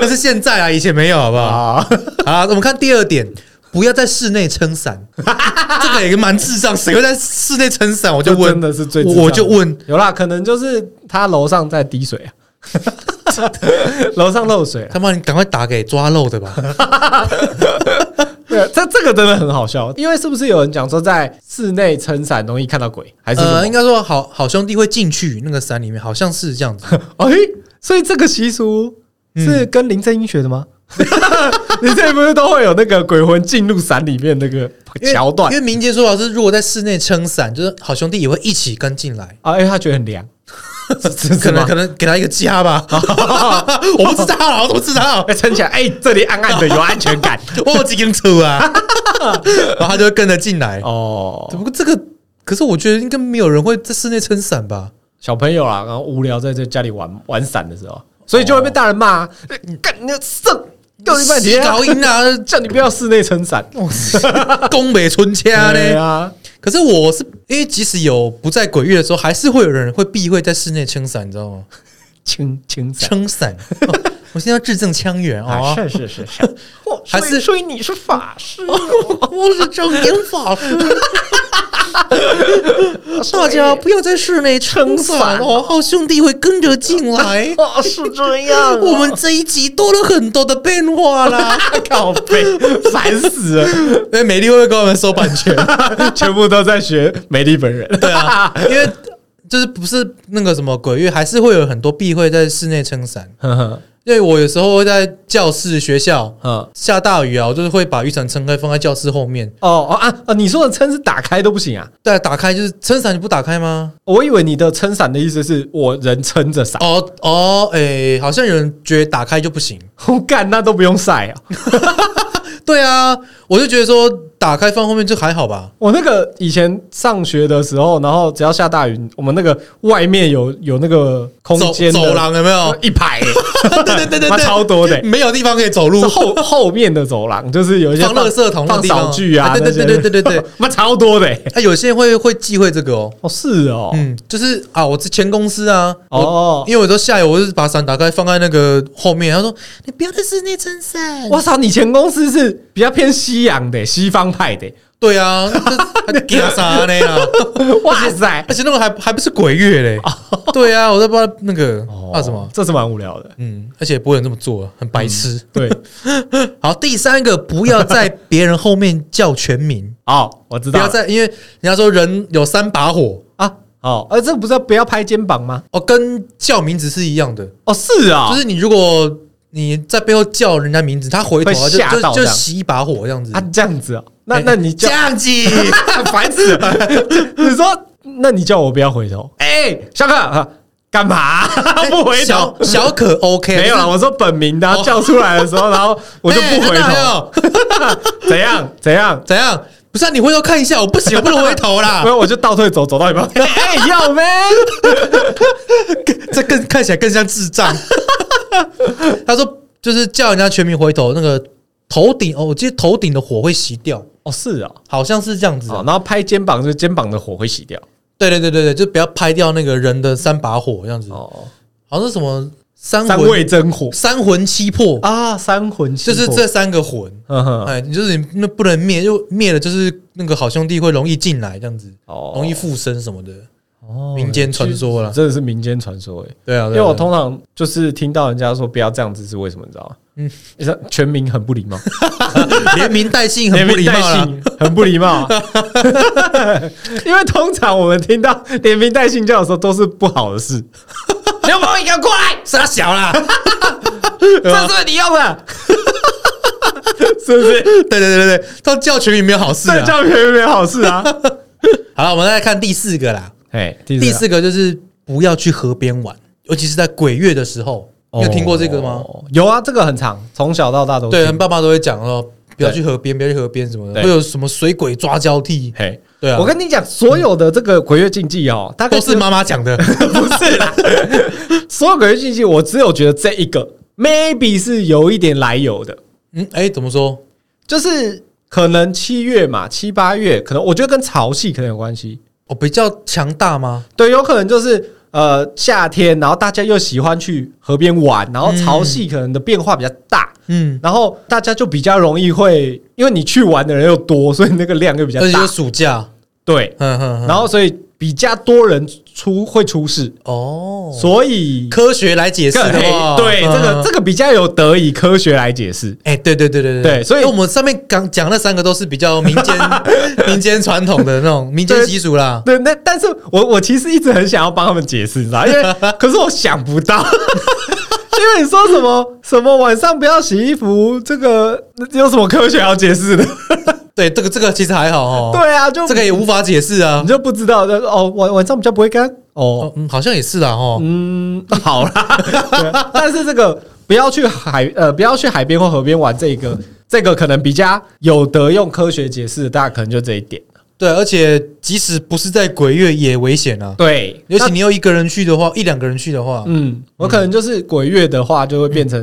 A: 但是现在啊，以前没有，好不好？
B: 啊，
A: 好啦，我们看第二点，不要在室内 撑伞，这个也蛮智障，谁会在室内撑伞？我就
B: 这
A: 问，
B: 真的是最智障
A: 我我就问，
B: 有啦，可能就是他楼上在滴水啊， 楼上漏水啊了。
A: 他妈，你赶快打给抓漏的吧！啊
B: 对，这这个真的很好笑，因为是不是有人讲说在室内撑伞容易看到鬼，还是什么
A: 呃，应该说好好兄弟会进去那个山里面，好像是这样子。
B: 哎、所以这个习俗
A: 嗯
B: 是跟林正英学的吗？ 你这不是都会有那个鬼魂进入伞里面那个
A: 因 为
B: 桥段
A: 因为民间说法是，如果在室内撑伞，就是好兄弟也会一起跟进来，
B: 啊？因为他觉得很凉，是
A: 可能可能给他一个家吧， 我不知道啊，我怎么知道？
B: 哎撑起来，哎、这里暗暗的有安全 感
A: 我有几根车啊， 然后他就会跟着进来。
B: 哦
A: 只。不过这个，可是我觉得应该没有人会在室内撑伞吧？
B: 小朋友啦，然后无聊在这家里玩玩伞的时候，所以就会被大人骂、啊，哎干、你那剩掉一半
A: 洗
B: 天啊，
A: 高音啊，
B: 叫你不要室内撑伞。
A: 东北春掐
B: 对
A: 呢？
B: 啊，
A: 可是我是因为即使有不在鬼月的时候，还是会有人会避讳在室内撑伞，你知道吗？
B: 撑撑伞
A: 撑 伞，哦我现在要字正腔圆
B: 啊，
A: 哦，
B: 是是是是， 哦
A: 还
B: 所以
A: 是
B: 所以你是法师哦。
A: 我是正言法 师，
B: 哦
A: 大家不要在室内撑伞哦，好兄弟会跟着进来。
B: 哦，是这样、啊
A: 我们这一集多了很多的变化啦，
B: 靠 背，烦死了！
A: 哎，美丽会不会跟我们收版权？
B: 全部都在学美丽本人。
A: 对 啊， 因为就是不是那个什么鬼月，还是会有很多避讳在室内撑伞。
B: 嗯
A: 因为我有时候会在教室、学校
B: 哦
A: 下大雨啊，我就是会把雨伞撑开，放在教室后面。
B: 哦啊啊！你说的撑是打开都不行啊？
A: 对啊，打开就是撑伞，你不打开吗？
B: 我以为你的撑伞的意思是我人撑着伞，
A: 哦哦，诶、好像有人觉得打开就不行。
B: 我干那都不用晒啊！
A: 对啊，我就觉得说打开放后面就还好吧。
B: 我那个以前上学的时候，然后只要下大雨，我们那个外面有有那个空
A: 走
B: 间的
A: 走廊哦有没 有？
B: 一排、
A: 对对对对
B: 妈
A: 对，
B: 超多的欸
A: 没有地方可以走路
B: 是，后后面的走廊，就是有一些
A: 放垃圾桶那
B: 放
A: 地方
B: 扫具啊，
A: 哎对对
B: 那些
A: 对对对对，
B: 妈超多的欸、
A: 啊，有些人会会忌讳这个哦。
B: 哦，是哦，
A: 嗯，就是啊，我之前公司啊，我
B: 哦，
A: 因为我都下雨，我就是把伞打开放在那个后面。他说：“你不要在室内撑伞。”
B: 我操，你前公司是比较偏西洋的、西方派 的，
A: 对 啊，这还给他啥呢啊？
B: 哇 塞！
A: 而且那个还还不是鬼月嘞。
B: 哦
A: 对啊，我都不知道那个啊什么。
B: 这是蛮无聊的。
A: 嗯，而且不会有人这么做，很白痴。
B: 对，
A: 好，第三个，不要在别人后面叫全名，
B: 哦， 我知
A: 不
B: 道
A: 要
B: 了
A: 在，因为人家说人有三把火
B: 啊。哦，呃，这不是要不要拍肩膀吗？
A: 哦，跟叫名字是一样的，
B: 哦，是啊，
A: 就是你如果你在背后叫人家名字，他回头啊
B: 会
A: 就
B: 吓到
A: 就就
B: 这样
A: 熄一把火这样子
B: 啊。这样子哦。 那
A: 哎
B: 那你叫
A: 这，样子，
B: 烦死 了。你说，那你叫我不要回头？哎，小可啊，干嘛不回头
A: 小？小可 OK
B: 没有啦，我说本名的啊
A: 哦
B: 叫出来的时候，然 后我就不回头，
A: 头。哎
B: 怎样怎样？
A: 怎样？不是、啊、你回头看一下，我不行，我不能回头 啦
B: 没。有，我就倒退走，走到一半，啊 哎，要呗。
A: 这更看起来更像智障。 他说，就是叫人家全民回头，那个头顶哦，我记得头顶的火会熄掉，
B: 哦，是啊，
A: 好像是这样子
B: 好，
A: 的。
B: 然后拍肩膀，就是肩膀的火会洗掉。
A: 对对对对对，就不要拍掉那个人的三把火，这样子。
B: 哦，
A: 好像是什么三
B: 三
A: 魂
B: 味真火
A: 三魂七魄，
B: 啊，三魂七
A: 就
B: 魄
A: 是这，三个魂。
B: 呵呵，
A: 哎，你就是你那不能灭，就灭了，就是那个好兄弟会容易进来这样子，
B: 哦
A: 容易附身什么的，
B: 哦
A: 民间传说啦。
B: 真的是民间传说哎。
A: 对啊，
B: 因
A: 对啊
B: 为我
A: 对啊
B: 通常就是听到人家说不要这样子，是为什么？你知道吗？嗯
A: 嗯，
B: 全民很不礼 貌，
A: 啊连名带姓很不礼貌
B: 连
A: 啦。
B: 名带姓，很不礼貌。 因为通常我们听到 连名带姓叫的时候，都是不好的事。你要把我一个过来，
A: 傻小啦，
B: 这是你用的， 是不是？
A: 对对对对对，他叫全名没有好 事
B: 这
A: 啊。
B: 叫全民好事 啊！
A: 好了，我们再来看第四个啦。
B: 哎，
A: 第四个就是不要去河边玩，尤其是在鬼月的时候。你有听过这个吗？
B: 哦？有啊，这个很长，从小到大都
A: 对，
B: 听。
A: 爸妈都会讲哦，不要去河边，不要去河边什么的，
B: 对
A: 会有什么水鬼抓交替。
B: 嘿，
A: 对啊，
B: 我跟你讲，所有的这个鬼月禁忌哦，大概
A: 都是
B: 吗？
A: 妈妈讲的。
B: 不是啦，所有鬼月禁忌，我只有觉得这一个 maybe 是有一点来由的，
A: 嗯，哎，怎么说？
B: 就是可能七月嘛，七八月，可能我觉得跟潮汐可能有关系。
A: 哦，比较强大吗？
B: 对，有可能就是呃夏天，然后大家又喜欢去河边玩，然后潮汐可能的变化比较大。
A: 嗯，
B: 然后大家就比较容易会，因为你去玩的人又多，所以那个量又比较
A: 而且
B: 大
A: 有。暑假，
B: 对，
A: 嗯哼，
B: 然后所以比较多人出会出事，
A: 哦，
B: 所以
A: 科学来解释
B: 更
A: 的话，
B: 嗯哎对这个
A: 嗯
B: 这个比较有得以科学来解释。
A: 哎、对对对对
B: 对所以
A: 因为我们上面刚讲那三个都是比较民 间民间传统的那种民间习俗啦。
B: 对，那但是我我其实一直很想要帮他们解释，你知道，因为 可是我想不到， 因为你说什么什么晚上不要洗衣服，这个有什么科学要解释的？
A: 对，这个这个其实还好哦。，
B: 对嗯啊，就
A: 这个也无法解释啊
B: 你。就不知道，就说哦晚晚上比较不会干哦，
A: 哦，嗯，好像也是啦哦。
B: 嗯，好啦，对啊但是这个不要去海呃，不要去海边或河边玩这个，这个可能比较有得用科学解释的，大家可能就这一点。
A: 对，而且即使不是在鬼月也危险啊。
B: 对，
A: 尤
B: 那
A: 其你有一个人去的话，一两个人去的话，
B: 嗯，我可能就是鬼月的话，就会变成、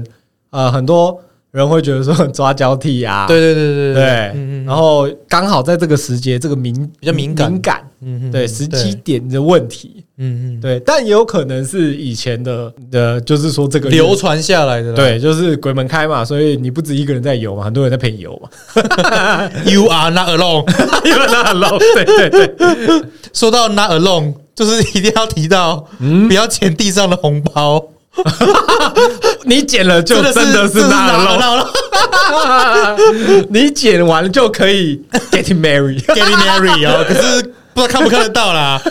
A: 嗯
B: 呃，很多人会觉得说抓交替啊，
A: 对对对对
B: 对
A: 嗯嗯
B: 然后刚好在这个时节，这个敏
A: 比较敏感
B: 敏感，
A: 嗯嗯，
B: 对时机点的问题，
A: 嗯嗯，
B: 对，但也有可能是以前的呃，就是说这个月
A: 流传下来的啦。
B: 对，就是鬼门开嘛，所以你不止一个人在游嘛，很多人在陪你游 嘛，
A: ，You are not alone。
B: 因为那很 low。对对 对，
A: 说到 not alone，就是一定要提到，
B: 嗯
A: 不要捡地上的红包，
B: 你剪了就
A: 的
B: 真的是
A: 真
B: 那
A: not
B: 很 low，
A: alone。
B: 你剪完了就可以 get married。
A: Getting Mary 哦，可是不知道看不看得到啦。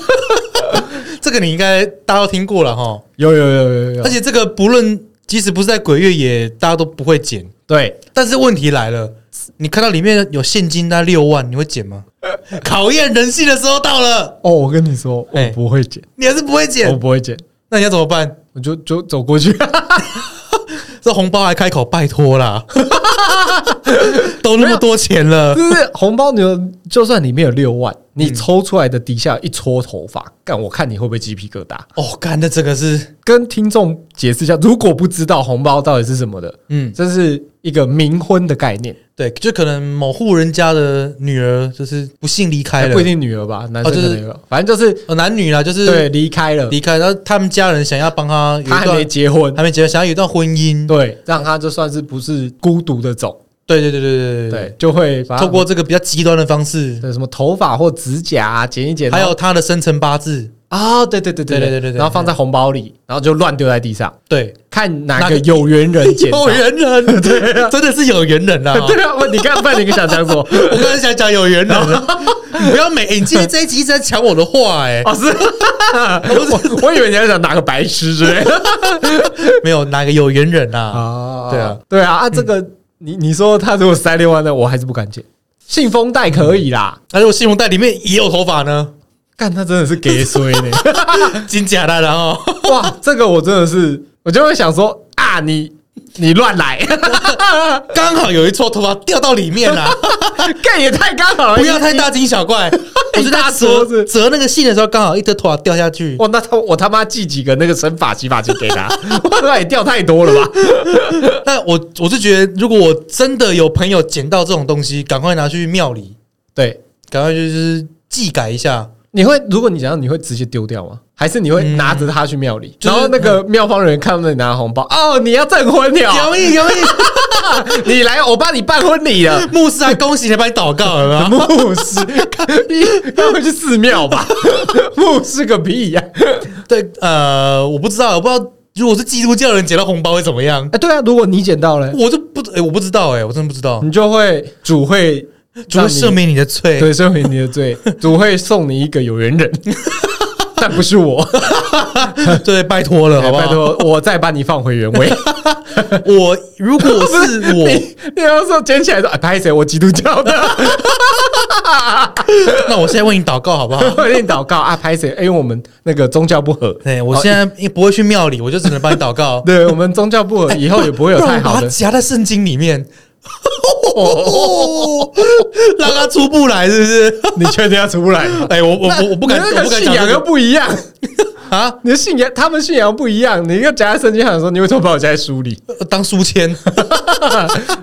A: 这个你应该大家都听过了哈，
B: 有有有有有
A: 而，且这个不论即使不是在鬼月也大家都不会捡。
B: 对，
A: 但是问题来了，你看到里面有现金那六万，你会捡 吗？考验人性的时候到了，
B: 哦，我跟你说，我
A: 哎
B: 不会剪，
A: 你还是不会
B: 我
A: 捡，
B: 不会剪，
A: 那你要怎么办？
B: 我就就走过去。
A: 这红包还开口拜 托啦，都那么多钱了，
B: 就是红包，你有就算里面有六
A: 嗯
B: 万，你抽出来的底下一撮头发，干，我看你会不会鸡皮疙瘩？
A: 哦，干的这个是，
B: 跟听众解释一下，如果不知道红包到底是什么的，
A: 嗯，
B: 这是一个冥婚的概念，
A: 对，就可能某户人家的女儿就是不幸离开了，
B: 哎不一定女儿吧，男生可
A: 哎哦就是
B: 能有，反正就是
A: 呃，男女啦，就是
B: 对离开了，
A: 离开，然后他们家人想要帮他有一
B: 他
A: 段
B: 还没结婚，
A: 还没结婚，想要有一段婚姻，
B: 对，让他就算是不是孤独的走，
A: 对对对对对
B: 对，就会把他
A: 透过这个比较极端的方式，
B: 对什么头发或指甲啊剪一剪，
A: 还
B: 然
A: 有
B: 后
A: 他的生辰八字，
B: 啊，对对对
A: 对对对对对
B: 然后放在红包里，然后就乱丢在地上，
A: 对，
B: 看哪
A: 哪
B: 个
A: 个
B: 有缘人捡到
A: 有。缘人，对、真的是有缘人啊！
B: 对啊，问你刚问你想讲什么？
A: 我刚才想讲有缘人啊，你不要每、欸你今天这一集一直在抢我的话、欸，
B: 哦，是， 我我以为你要讲哪个白痴之类的
A: 没有哪个有缘人啊？
B: 啊
A: 对啊，
B: 对啊，啊，这个你你说他如果塞六万的，我还是不敢捡。信封袋可以啦，
A: 那、如果信封袋里面也有头发呢？
B: 干他真的是给衰呢。
A: 真假的，哦然后
B: 哇，这个我真的是，我就会想说啊，你你乱来，
A: 刚好有一撮头发掉到里面啦、啊
B: 干也太刚好了，
A: 不要太大惊小怪。我是
B: 哎大
A: 在
B: 桌
A: 折
B: 子
A: 折那个信的时候，刚好一堆头发掉下去。
B: 哇，那他我他妈寄几个那个神发洗发精给他， 哇，那也掉太多了吧？
A: 那我我是觉得，如果我真的有朋友捡到这种东西，赶快拿去庙里，
B: 对，
A: 赶快就是祭改一下。
B: 你会如果你想要，你会直接丢掉吗？还是你会
A: 嗯
B: 拿着它去庙里？
A: 就
B: 然
A: 是
B: 后那个庙方人看到你拿红包，哦，你要证婚了，
A: 有意有意，
B: 你来，我帮你办婚礼了。
A: 牧师还恭喜你，帮你祷告了吗？
B: 牧 师，你该会去寺庙吧？ 牧师个屁呀、
A: 对，呃，我不知道，我不知道，如果是基督教人捡到红包会怎么样？
B: 哎，对啊，如果你捡到了，
A: 我就不，哎、我不知道、哎，我真的不知道。
B: 你就会主会
A: 主会赦
B: 嗯让你，
A: 免你的罪，
B: 对，赦免你的 罪，主会送你一个有缘 人，但不是我。
A: 对，拜托 了，好不好？
B: 拜托，我再把你放回原 位。
A: 我如果是 我，
B: 你你要说捡起来说，哎，拍谁？我基督教的，
A: 那我现在为你祷告，好不好？
B: 我念祷告啊，拍谁？哎因为我们那个宗教不合，。
A: 对，我现在也不会去庙里，我就只能帮你祷告
B: 对我们宗教不合，以后也不会有
A: 不然
B: 太
A: 我把
B: 好
A: 它
B: 的。
A: 夹在圣经里面， 哦让它出不来，是不是？
B: 你确定要出不来吗？
A: 哎，我我我我不敢，
B: 你
A: 我
B: 那
A: 不
B: 个信
A: 敢讲
B: 仰
A: 这
B: 又
A: 个
B: 不一样，
A: 啊！
B: 你的信仰他们信仰不一样。你一个夹在圣经上说，你为什么把我夹在书里？
A: 当书签，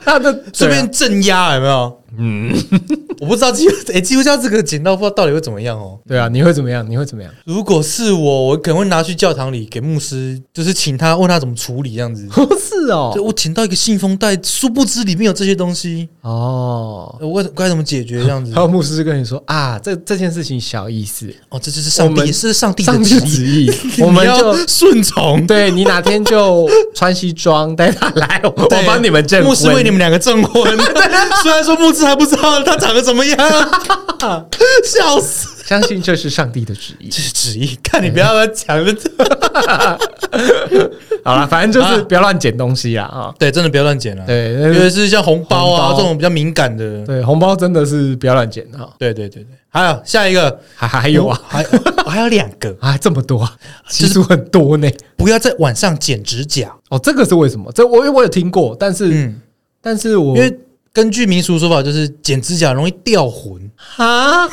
B: 他的
A: 顺便，镇压有没有？
B: 嗯，
A: 我我不知道基诶、基督教这个剪刀不知道到底会怎么样哦。
B: 对啊，你会怎么样？你会怎么 样？
A: 如果是我，我可能会拿去教堂里给牧师，就是请他问他怎么处理这样子。
B: 是哦
A: 就，我捡到一个信封袋，殊不知里面有这些东西，
B: 哦，
A: 我该怎么解决这 样子
B: 还？有牧师就跟你说啊，这这件事情小意思，
A: 哦，这就是上
B: 我们
A: 帝，是上帝的
B: 上帝
A: 旨意，
B: 旨意， 我
A: 我们
B: 们就
A: 要顺从。
B: 对你哪天就穿西装带他来，我我
A: 对
B: 帮你们证婚。
A: 牧师为你们两个证 婚，虽然说牧师还不知道他长得怎么样，,笑死！
B: 相信这是上帝的旨意。
A: 这是旨意，看你不要讲了。
B: 好了，反正就是
A: 啊
B: 不要乱捡东西啦啊！
A: 对，真的不要乱捡了。，
B: 对，
A: 尤
B: 那
A: 其
B: 是
A: 是像红包啊
B: 红包
A: 这种比较敏感的。
B: 对，红包真的是不要乱捡啊！
A: 对对对对，还有下一个哦
B: 还还有啊，，
A: 还我还有两个，
B: 啊，这么多啊，
A: 嗯
B: 其
A: 就是
B: 实很多呢。
A: 不要在晚上剪指甲。
B: 哦，这个是为什么？这我我有听过，但是、
A: 嗯，
B: 但是我
A: 因为根据民俗说法，就是剪指甲容易 掉魂。
B: 啊，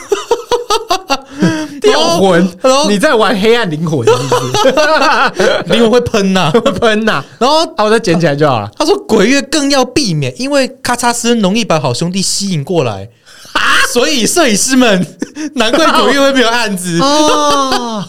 B: 掉魂
A: Hello？
B: 你在玩黑暗灵魂是不
A: 灵魂会喷呐、
B: 是？ 喷呐、啊！
A: 然后
B: 我再捡起来就好了。
A: 他说鬼月更要避免，因为咔嚓声容易把好兄弟吸引过来。所以摄影师们， 难怪鬼月会没有案子，
B: 哦，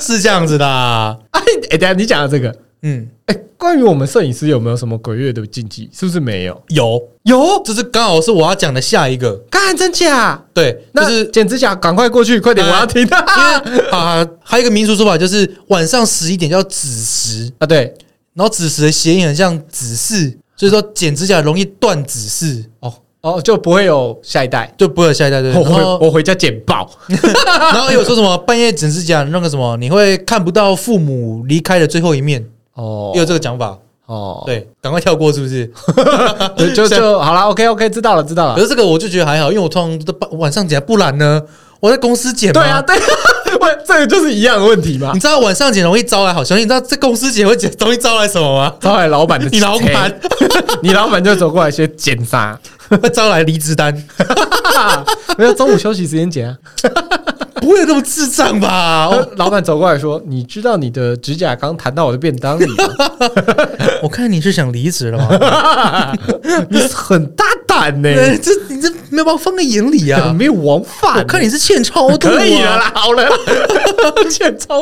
A: 是这样子的啊、
B: 哎，哎，等一下你讲的这个，
A: 嗯，
B: 哎，关于我们摄影师有没有什么鬼月的禁忌？是不是没有？
A: 有，
B: 有，
A: 这是刚好是我要讲的下一个。
B: 干真假？
A: 对，就
B: 那
A: 是
B: 剪指甲，赶快过去，快点，我
A: 哎
B: 要听。
A: 因为啊，还有一个民俗说法就是晚上十一点叫子时，
B: 啊，对，
A: 然后子时的谐音很像子嗣，所以说剪指甲容易断子嗣，
B: 哦哦，就不会有下一代。
A: 就不会有下一代对。
B: 哦我
A: 然
B: 回
A: 后
B: 我回家剪爆。
A: 然后有说什么半夜剪指甲那个什么，你会看不到父母离开的最后一面，
B: 哦
A: 也有这个讲法。
B: 哦，
A: 对，赶快跳过是不是？
B: 对，就就好了。OK OK，知道了，知道了。
A: 可是这个我就觉得还好，因为我通常都半晚上剪，不然呢，我在公司剪嘛。
B: 对啊，对， 喂，这个就是一样的问题嘛
A: 你。知道晚上剪容易招来好兄弟，你知道在公司剪会剪容易招来什么吗？
B: 招来老板的，
A: 你老板，
B: 你老板就走过来先剪杀，
A: 会招来离职单。
B: 没有中午休息时间剪啊。
A: 不会有那么智障 吧？我
B: 老板走过来说：“你知道你的指甲刚弹到我的便当里吗，
A: 我看你是想离职了吗？
B: 你很大胆呢、
A: 对这你这没有把我放在眼里
B: 很
A: 啊！
B: 没有王法呢、
A: 我看你是欠超度、啊，
B: 可以了啦，好了，欠抽。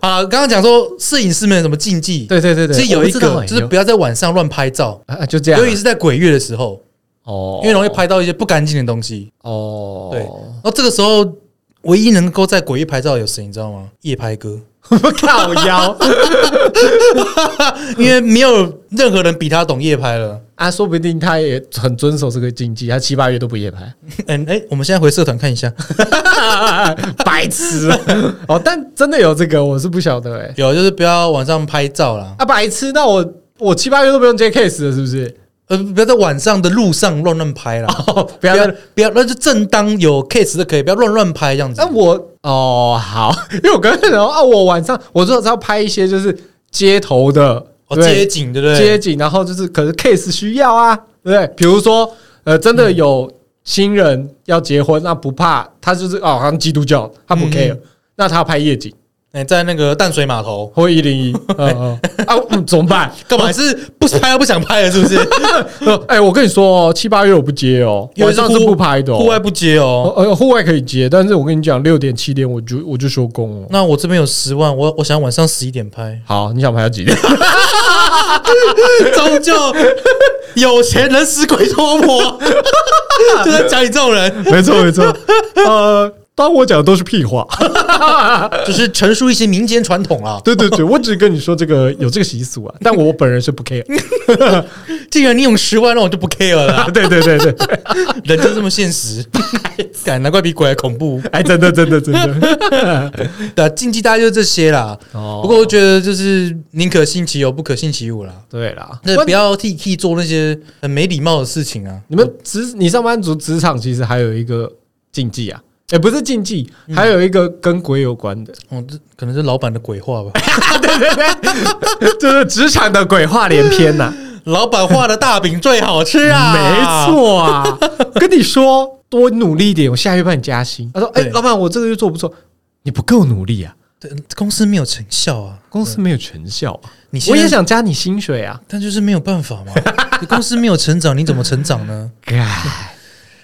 A: 啊！刚刚讲说摄影师们有什么禁忌？
B: 对对对对，
A: 其实有一
B: 我
A: 个
B: 不
A: 就
B: 知
A: 是
B: 道欸
A: 不要在晚上乱拍照，
B: 哎有啊，就这样啊
A: 尤其是在鬼月的时候，
B: 哦，
A: 因为容易拍到一些不干净的东西。
B: 哦，
A: 对，然后这个时候唯一能够在鬼月拍照的有谁你知道吗？夜拍哥，
B: 靠腰
A: 因为没有任何人比他懂夜拍了。
B: 啊，说不定他也很遵守这个禁忌，他七八月都不夜 拍，
A: 嗯，哎，我们现在回社团看一下，
B: 白痴啊！哦，但真的有这个，我是不晓得哎、
A: 有就是不要晚上拍照啦，
B: 啊，白痴，那我我七八月都不用接 case 了，是不是？
A: 呃，不要在晚上的路上乱乱拍 啦。
B: 哦，不
A: 不
B: 要
A: 要
B: 再。
A: 不要，那就正当有 case 就可以，不要乱乱拍这样子
B: 那。我哦好，因为我刚才想说啊，我晚上我就是要拍一些就是街头的，
A: 哦，
B: 对
A: 街景对不对？
B: 街景，然后就是可是 case 需要啊，对不对？比如说呃，真的有新人要结婚，那不怕他就是哦，好像基督教他不
A: 嗯
B: care，、那他要拍夜景
A: 哎，在那个淡水码头，
B: 或一零 一，嗯嗯啊嗯怎么办？
A: 干嘛是不拍都不想拍了，是不是？
B: 呃 哎、我跟你说哦，七八月我不接哦，
A: 因为
B: 晚上是
A: 户
B: 不拍的、哦，
A: 户外不接哦。
B: 呃户外可以接，但是我跟你讲，六点七点我就我就收工哦。，
A: 那我这边有十万，我我想晚上十一点拍
B: 好，你想拍到 几点？
A: 终究有钱能使鬼推 磨，就在讲你这种人，
B: 没错没错，呃，当我讲的都是屁话。
A: 就是陈述一些民间传统啊啦。
B: 对对对，我只是跟你说这个有这个习俗啊，但我本人是不 care。
A: 既然你有十万，那我就不 care 了 啦。
B: 对对对对，
A: 人就这么现 实，干难怪比鬼还恐怖。
B: 哎，真的真的真的。
A: 对啊，禁忌大概就这些啦。
B: 哦
A: 不过我觉得就是宁可信其有，不可信其无啦。
B: 对啦，
A: 那不要替替做那些很没礼貌的事情啊！
B: 你们职你上班族职场其实还有一个禁忌啊，也不是禁忌，还有一个跟鬼有关 的，
A: 哦，这可能是老板的鬼话 吧，
B: 对对对，就是职场的鬼话连篇呐、
A: 老板画的大饼最好吃啊！
B: 没，错啊，跟你说多努力一点，我下月帮你加薪。他说，哎，
A: 对
B: 老板，我这个月做不错，你不够努力啊。
A: 对，公司没有成效啊，
B: 公司没有成效、啊，
A: 你现
B: 我
A: 在
B: 也，想加你薪水啊！
A: 但就是没有办法嘛。你公司没有成长，你怎么成长呢？
B: 哎，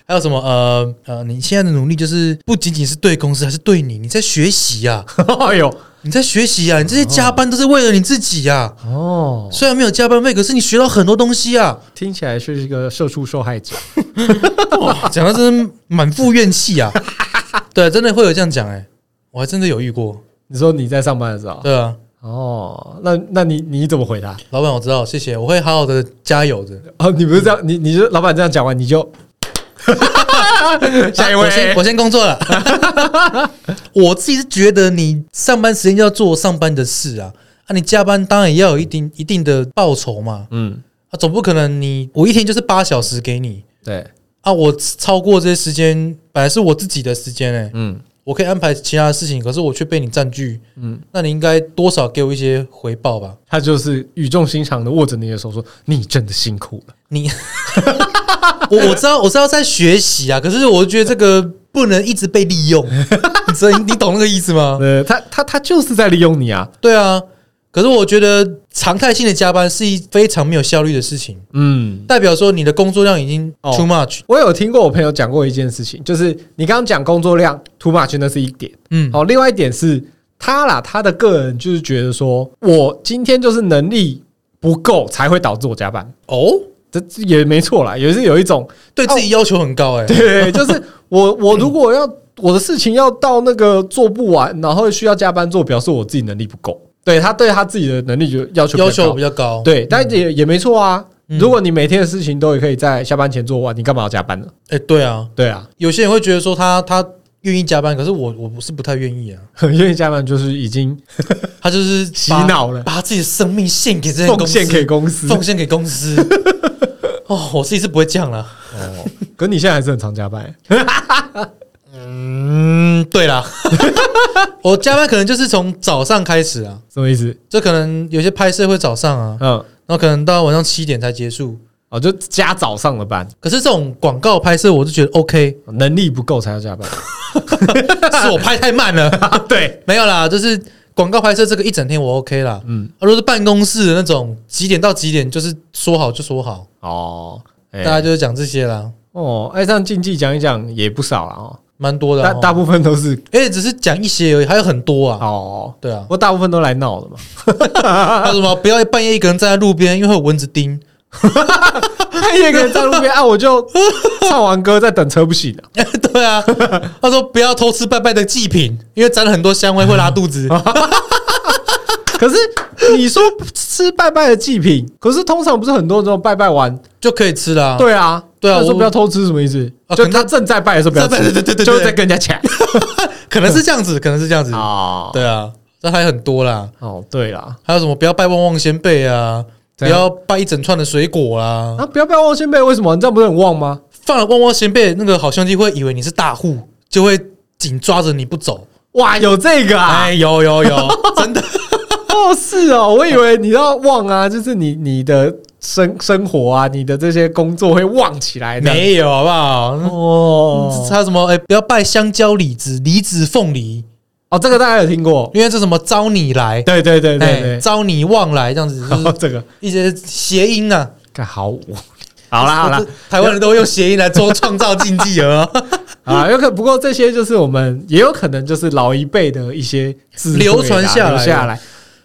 A: 还有什么呃呃，你现在的努力就是不仅仅是对公司，还是对你，你在学习呀、
B: 哎呦，
A: 你在学习啊呀、你这些加班都是为了你自己呀、
B: 哦，
A: 虽然没有加班费，可是你学到很多东西啊呀、
B: 听起来是一个社畜受害者。
A: 啊，讲的真是满腹怨气啊。对，真的会有这样讲哎、我还真的有遇过。
B: 你说你在上班的时候，
A: 对啊，
B: 哦，那那你你怎么回答？
A: 老板我知道，谢谢，我会好好的加油的。
B: 哦，你不是这样，你你就老板这样讲完，你就 啊下 一
A: 我先
B: 位
A: 我先工作了。 我自己是觉得你上班时间要做上班的事啊，啊，你加班当然也要有一定一定的报酬嘛，
B: 嗯，
A: 啊，总不可能你我一天就是八小时给你
B: 对，
A: 啊，我超过这些时间本来是我自己的时间哎、
B: 嗯
A: 我可以安排其他的事情，可是我却被你占据，
B: 嗯，
A: 那你应该多少给我一些回报吧？
B: 他就是语重心长的握着你的手说：“你真的辛苦了。
A: 你， 我我知道我知道在学习啊，可是我觉得这个不能一直被利用， 所以你懂那个意思”吗？
B: 呃，他他他就是在利用你啊，
A: 对啊，可是我觉得常态性的加班是一非常没有效率的事情，
B: 嗯。
A: 代表说你的工作量已经
B: 哦
A: too much。
B: 我有听过我朋友讲过一件事情，就是你刚刚讲工作量 too much 那是一点，
A: 嗯，
B: 好，另外一点是他啦，他的个人就是觉得说，我今天就是能力不够才会导致我加班，
A: 哦，
B: 这这也没错啦，也是有一种
A: 对自己要求很高哎、
B: 对，就是我我如果要我的事情要到那个做不完，然后需要加班做，表示我自己能力不够。对他对他自己的能力就要求比较
A: 要求
B: 高
A: 比较高。
B: 对，但也也没错啊。
A: 嗯
B: 如果你每天的事情都也可以在下班前做完，你干嘛要加班呢？
A: 哎、对啊，
B: 对啊，
A: 有些人会觉得说他他愿意加班，可是我我不是不太愿意啊，
B: 很愿意加班就是已经
A: 他就是
B: 洗
A: 把
B: 脑了，
A: 把自己的生命献给这些
B: 奉
A: 公司，
B: 献给公司。
A: 奉献给公司。 哦，我自己是不会这样了。
B: 哦，可你现在还是很常加班欸、
A: 嗯，对啦， 我加班可能就是从早上开始啊，
B: 什么意思？
A: 就可能有些拍摄会早上啊，
B: 嗯，
A: 然后可能到晚上七点才结束。
B: 哦，就加早上的班，
A: 可是这种广告拍摄，我就觉得 OK，
B: 能力不够才要加 班。
A: 是我拍太慢了，
B: 对，
A: 没有啦，就是广告拍摄这个一整天我 OK 啦。
B: 嗯，
A: 啊如果是办公室的那种，几点到几点就是说好就说好，
B: 哦，哎
A: 大家就是讲这些啦，
B: 哦，爱上竞技讲一讲也不少了哦，
A: 蛮多的啊。
B: 大大
A: 哦
B: 部分都是
A: 而且只是讲一些而已，还有很多啊。
B: 哦，
A: 对啊
B: 不，过大部分都来闹 的嘛，啊
A: 还有什么？不要半夜一个人站在路边，因为会有蚊子叮。
B: 半夜一个人在路边啊，我就唱完歌在等车不行了、
A: 对啊，他说不要偷吃拜拜的祭品，因为沾了很多香味会拉肚
B: 啊
A: 子。
B: 可是你说吃拜拜的祭品，可是通常不是很多人都拜拜完，
A: 就可以吃啦。
B: 对啊，
A: 对啊
B: 那说
A: 我
B: 不要偷吃什么意思？
A: 啊
B: 就
A: 可能
B: 他正在拜的时候不要吃，
A: 正在对对对对对
B: 就会在跟人家抢
A: 可能是这样子，可能是这样子。
B: 哦，
A: 对啊，这还有很多啦，
B: 哦，对啦，
A: 还有什么不要拜旺旺仙贝啊，不
B: 怎样
A: 要拜一整串的水果啦，
B: 啊，不要拜旺先辈，为什么？你这样不是很旺吗？
A: 放了旺旺仙贝，那个好兄弟会以为你是大户，就会紧抓着你不走。
B: 哇，有这个啊！
A: 哎，有有有， 真的
B: 哦，是哦，我以为你要旺啊，就是你你的生生活啊，你的这些工作会旺起来的。
A: 没有好不好？
B: 哦
A: 还有什么？哎，不要拜香蕉、李子、李子、凤梨，
B: 哦，这个大家有听过？
A: 因为这什么招你来，
B: 对对对对
A: 哎，
B: 对，
A: 招你旺来，这样子 就
B: 然后
A: 是
B: 这个
A: 一些谐音啊。
B: 干好无。好啦好啦
A: 这，台湾人都会用谐音来做创造竞技了，
B: 啊，有可不过这些就是我们也有可能就是老一辈的一些智慧啦
A: 流传下来的
B: 留下来，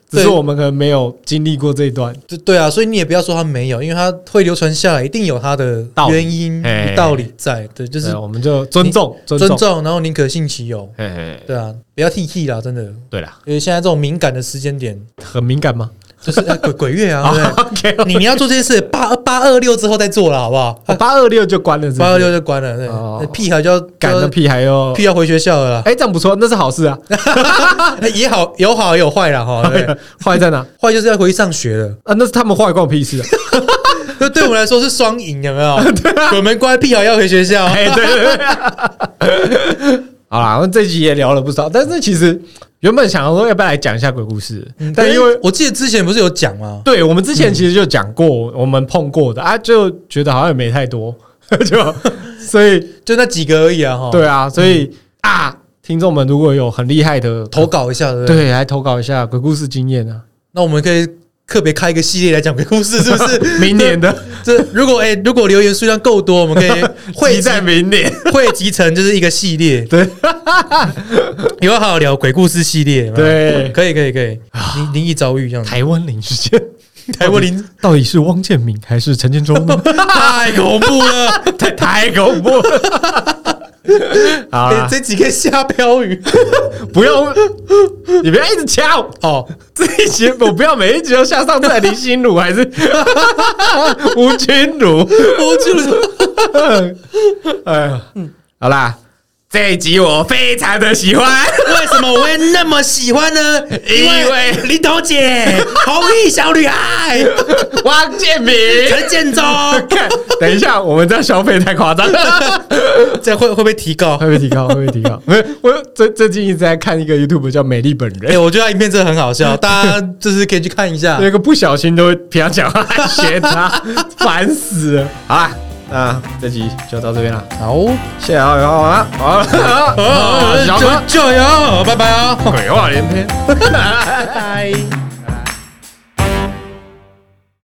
B: 只
A: 对
B: 是我们可能没有经历过这一段。
A: 对对啊，所以你也不要说它没有，因为它会流传下来，一定有它的
B: 道理
A: 原因
B: 哎
A: 与道理在。对，就
B: 对
A: 是
B: 呃我们就尊重尊
A: 尊
B: 重。
A: 重，然后宁可信其有。
B: 嘿嘿，
A: 对啊，不要 T T 啦，真的，
B: 对啦，
A: 因为现在这种敏感的时间点，
B: 很敏感吗
A: 就是、哎鬼 鬼月啊，对不对？
B: ？OK，
A: 你你要做这件事，八八二六之后再做了，好不好？
B: 八二六就关了是不是，
A: 八二六就关了，对，
B: 哦
A: 那屁孩就要
B: 赶
A: 就
B: 的
A: 要
B: 屁还要
A: 屁要回学校 了啦，哎
B: 哎、这样不错，那是好事啊。
A: 也好有好也有坏啦， 哈，对不对
B: 坏在哪？
A: 坏就是要回去上学了。
B: 啊，那是他们坏，关我屁事啊！
A: 那对我们来说是双赢，有没 有？
B: 啊
A: 鬼门关屁孩要回学校，
B: 哎、对对对。好啦，我们这集也聊了不少，但是其实原本想说要不要来讲一下鬼故事，
A: 嗯
B: 但因为
A: 我记得之前不是有讲吗？
B: 对我们之前其实就讲过，我们碰过的啊，就觉得好像也没太多， 就所以
A: 就那几个而已啊，哈。
B: 对，啊，所以、啊，听众们如果有很厉害的
A: 投，稿一下，对不对？
B: 对，来投稿一下鬼故事经验啊。
A: 那我们可以特别开一个系列来讲鬼故事，是不是？
B: 明年的
A: 这如果哎、如果留言数量够多，我们可以汇
B: 会
A: 集
B: 在明年，
A: 汇集成就是一个系列，
B: 对
A: 以后好好聊鬼故事系列。有没有
B: 对啊
A: 可以可以可以，灵灵异遭遇这样 子。
B: 台湾零事件，
A: 台湾灵
B: 到底是汪建民还是陈 建州呢？
A: 太恐怖了，
B: 太 太恐怖了！好
A: 哎
B: 啦，
A: 这几个下标语
B: 不用，你不要一直掐我。
A: 哦，
B: 这一集我不要每一集都像上次的林心如还是 吴君如，
A: 我就是
B: 哎呀，好啦，这一集我非常的喜 欢，
A: 为什么我会那么喜欢呢？因
B: 因为
A: 为林头姐、红衣小 女孩、
B: 汪建民。
A: 陈建州，
B: 看，等一下，我们这样消费太夸张了，
A: 这样会会不会提 高？
B: 会不会提高？会不会提 高？没有，我最最近一直在看一个 YouTube 叫《美丽本人
A: 哎、》，我觉得他影片真的很好笑，大家就是可以去看一下。
B: 那个不小心都会平常讲话还学他，烦死了。好啦，那这集就到这边了，
A: 好，
B: 谢谢啊，好啦，好啦，好啦，小哥
A: 就，加油，拜拜啊！
B: 鬼话连篇。
A: 拜拜。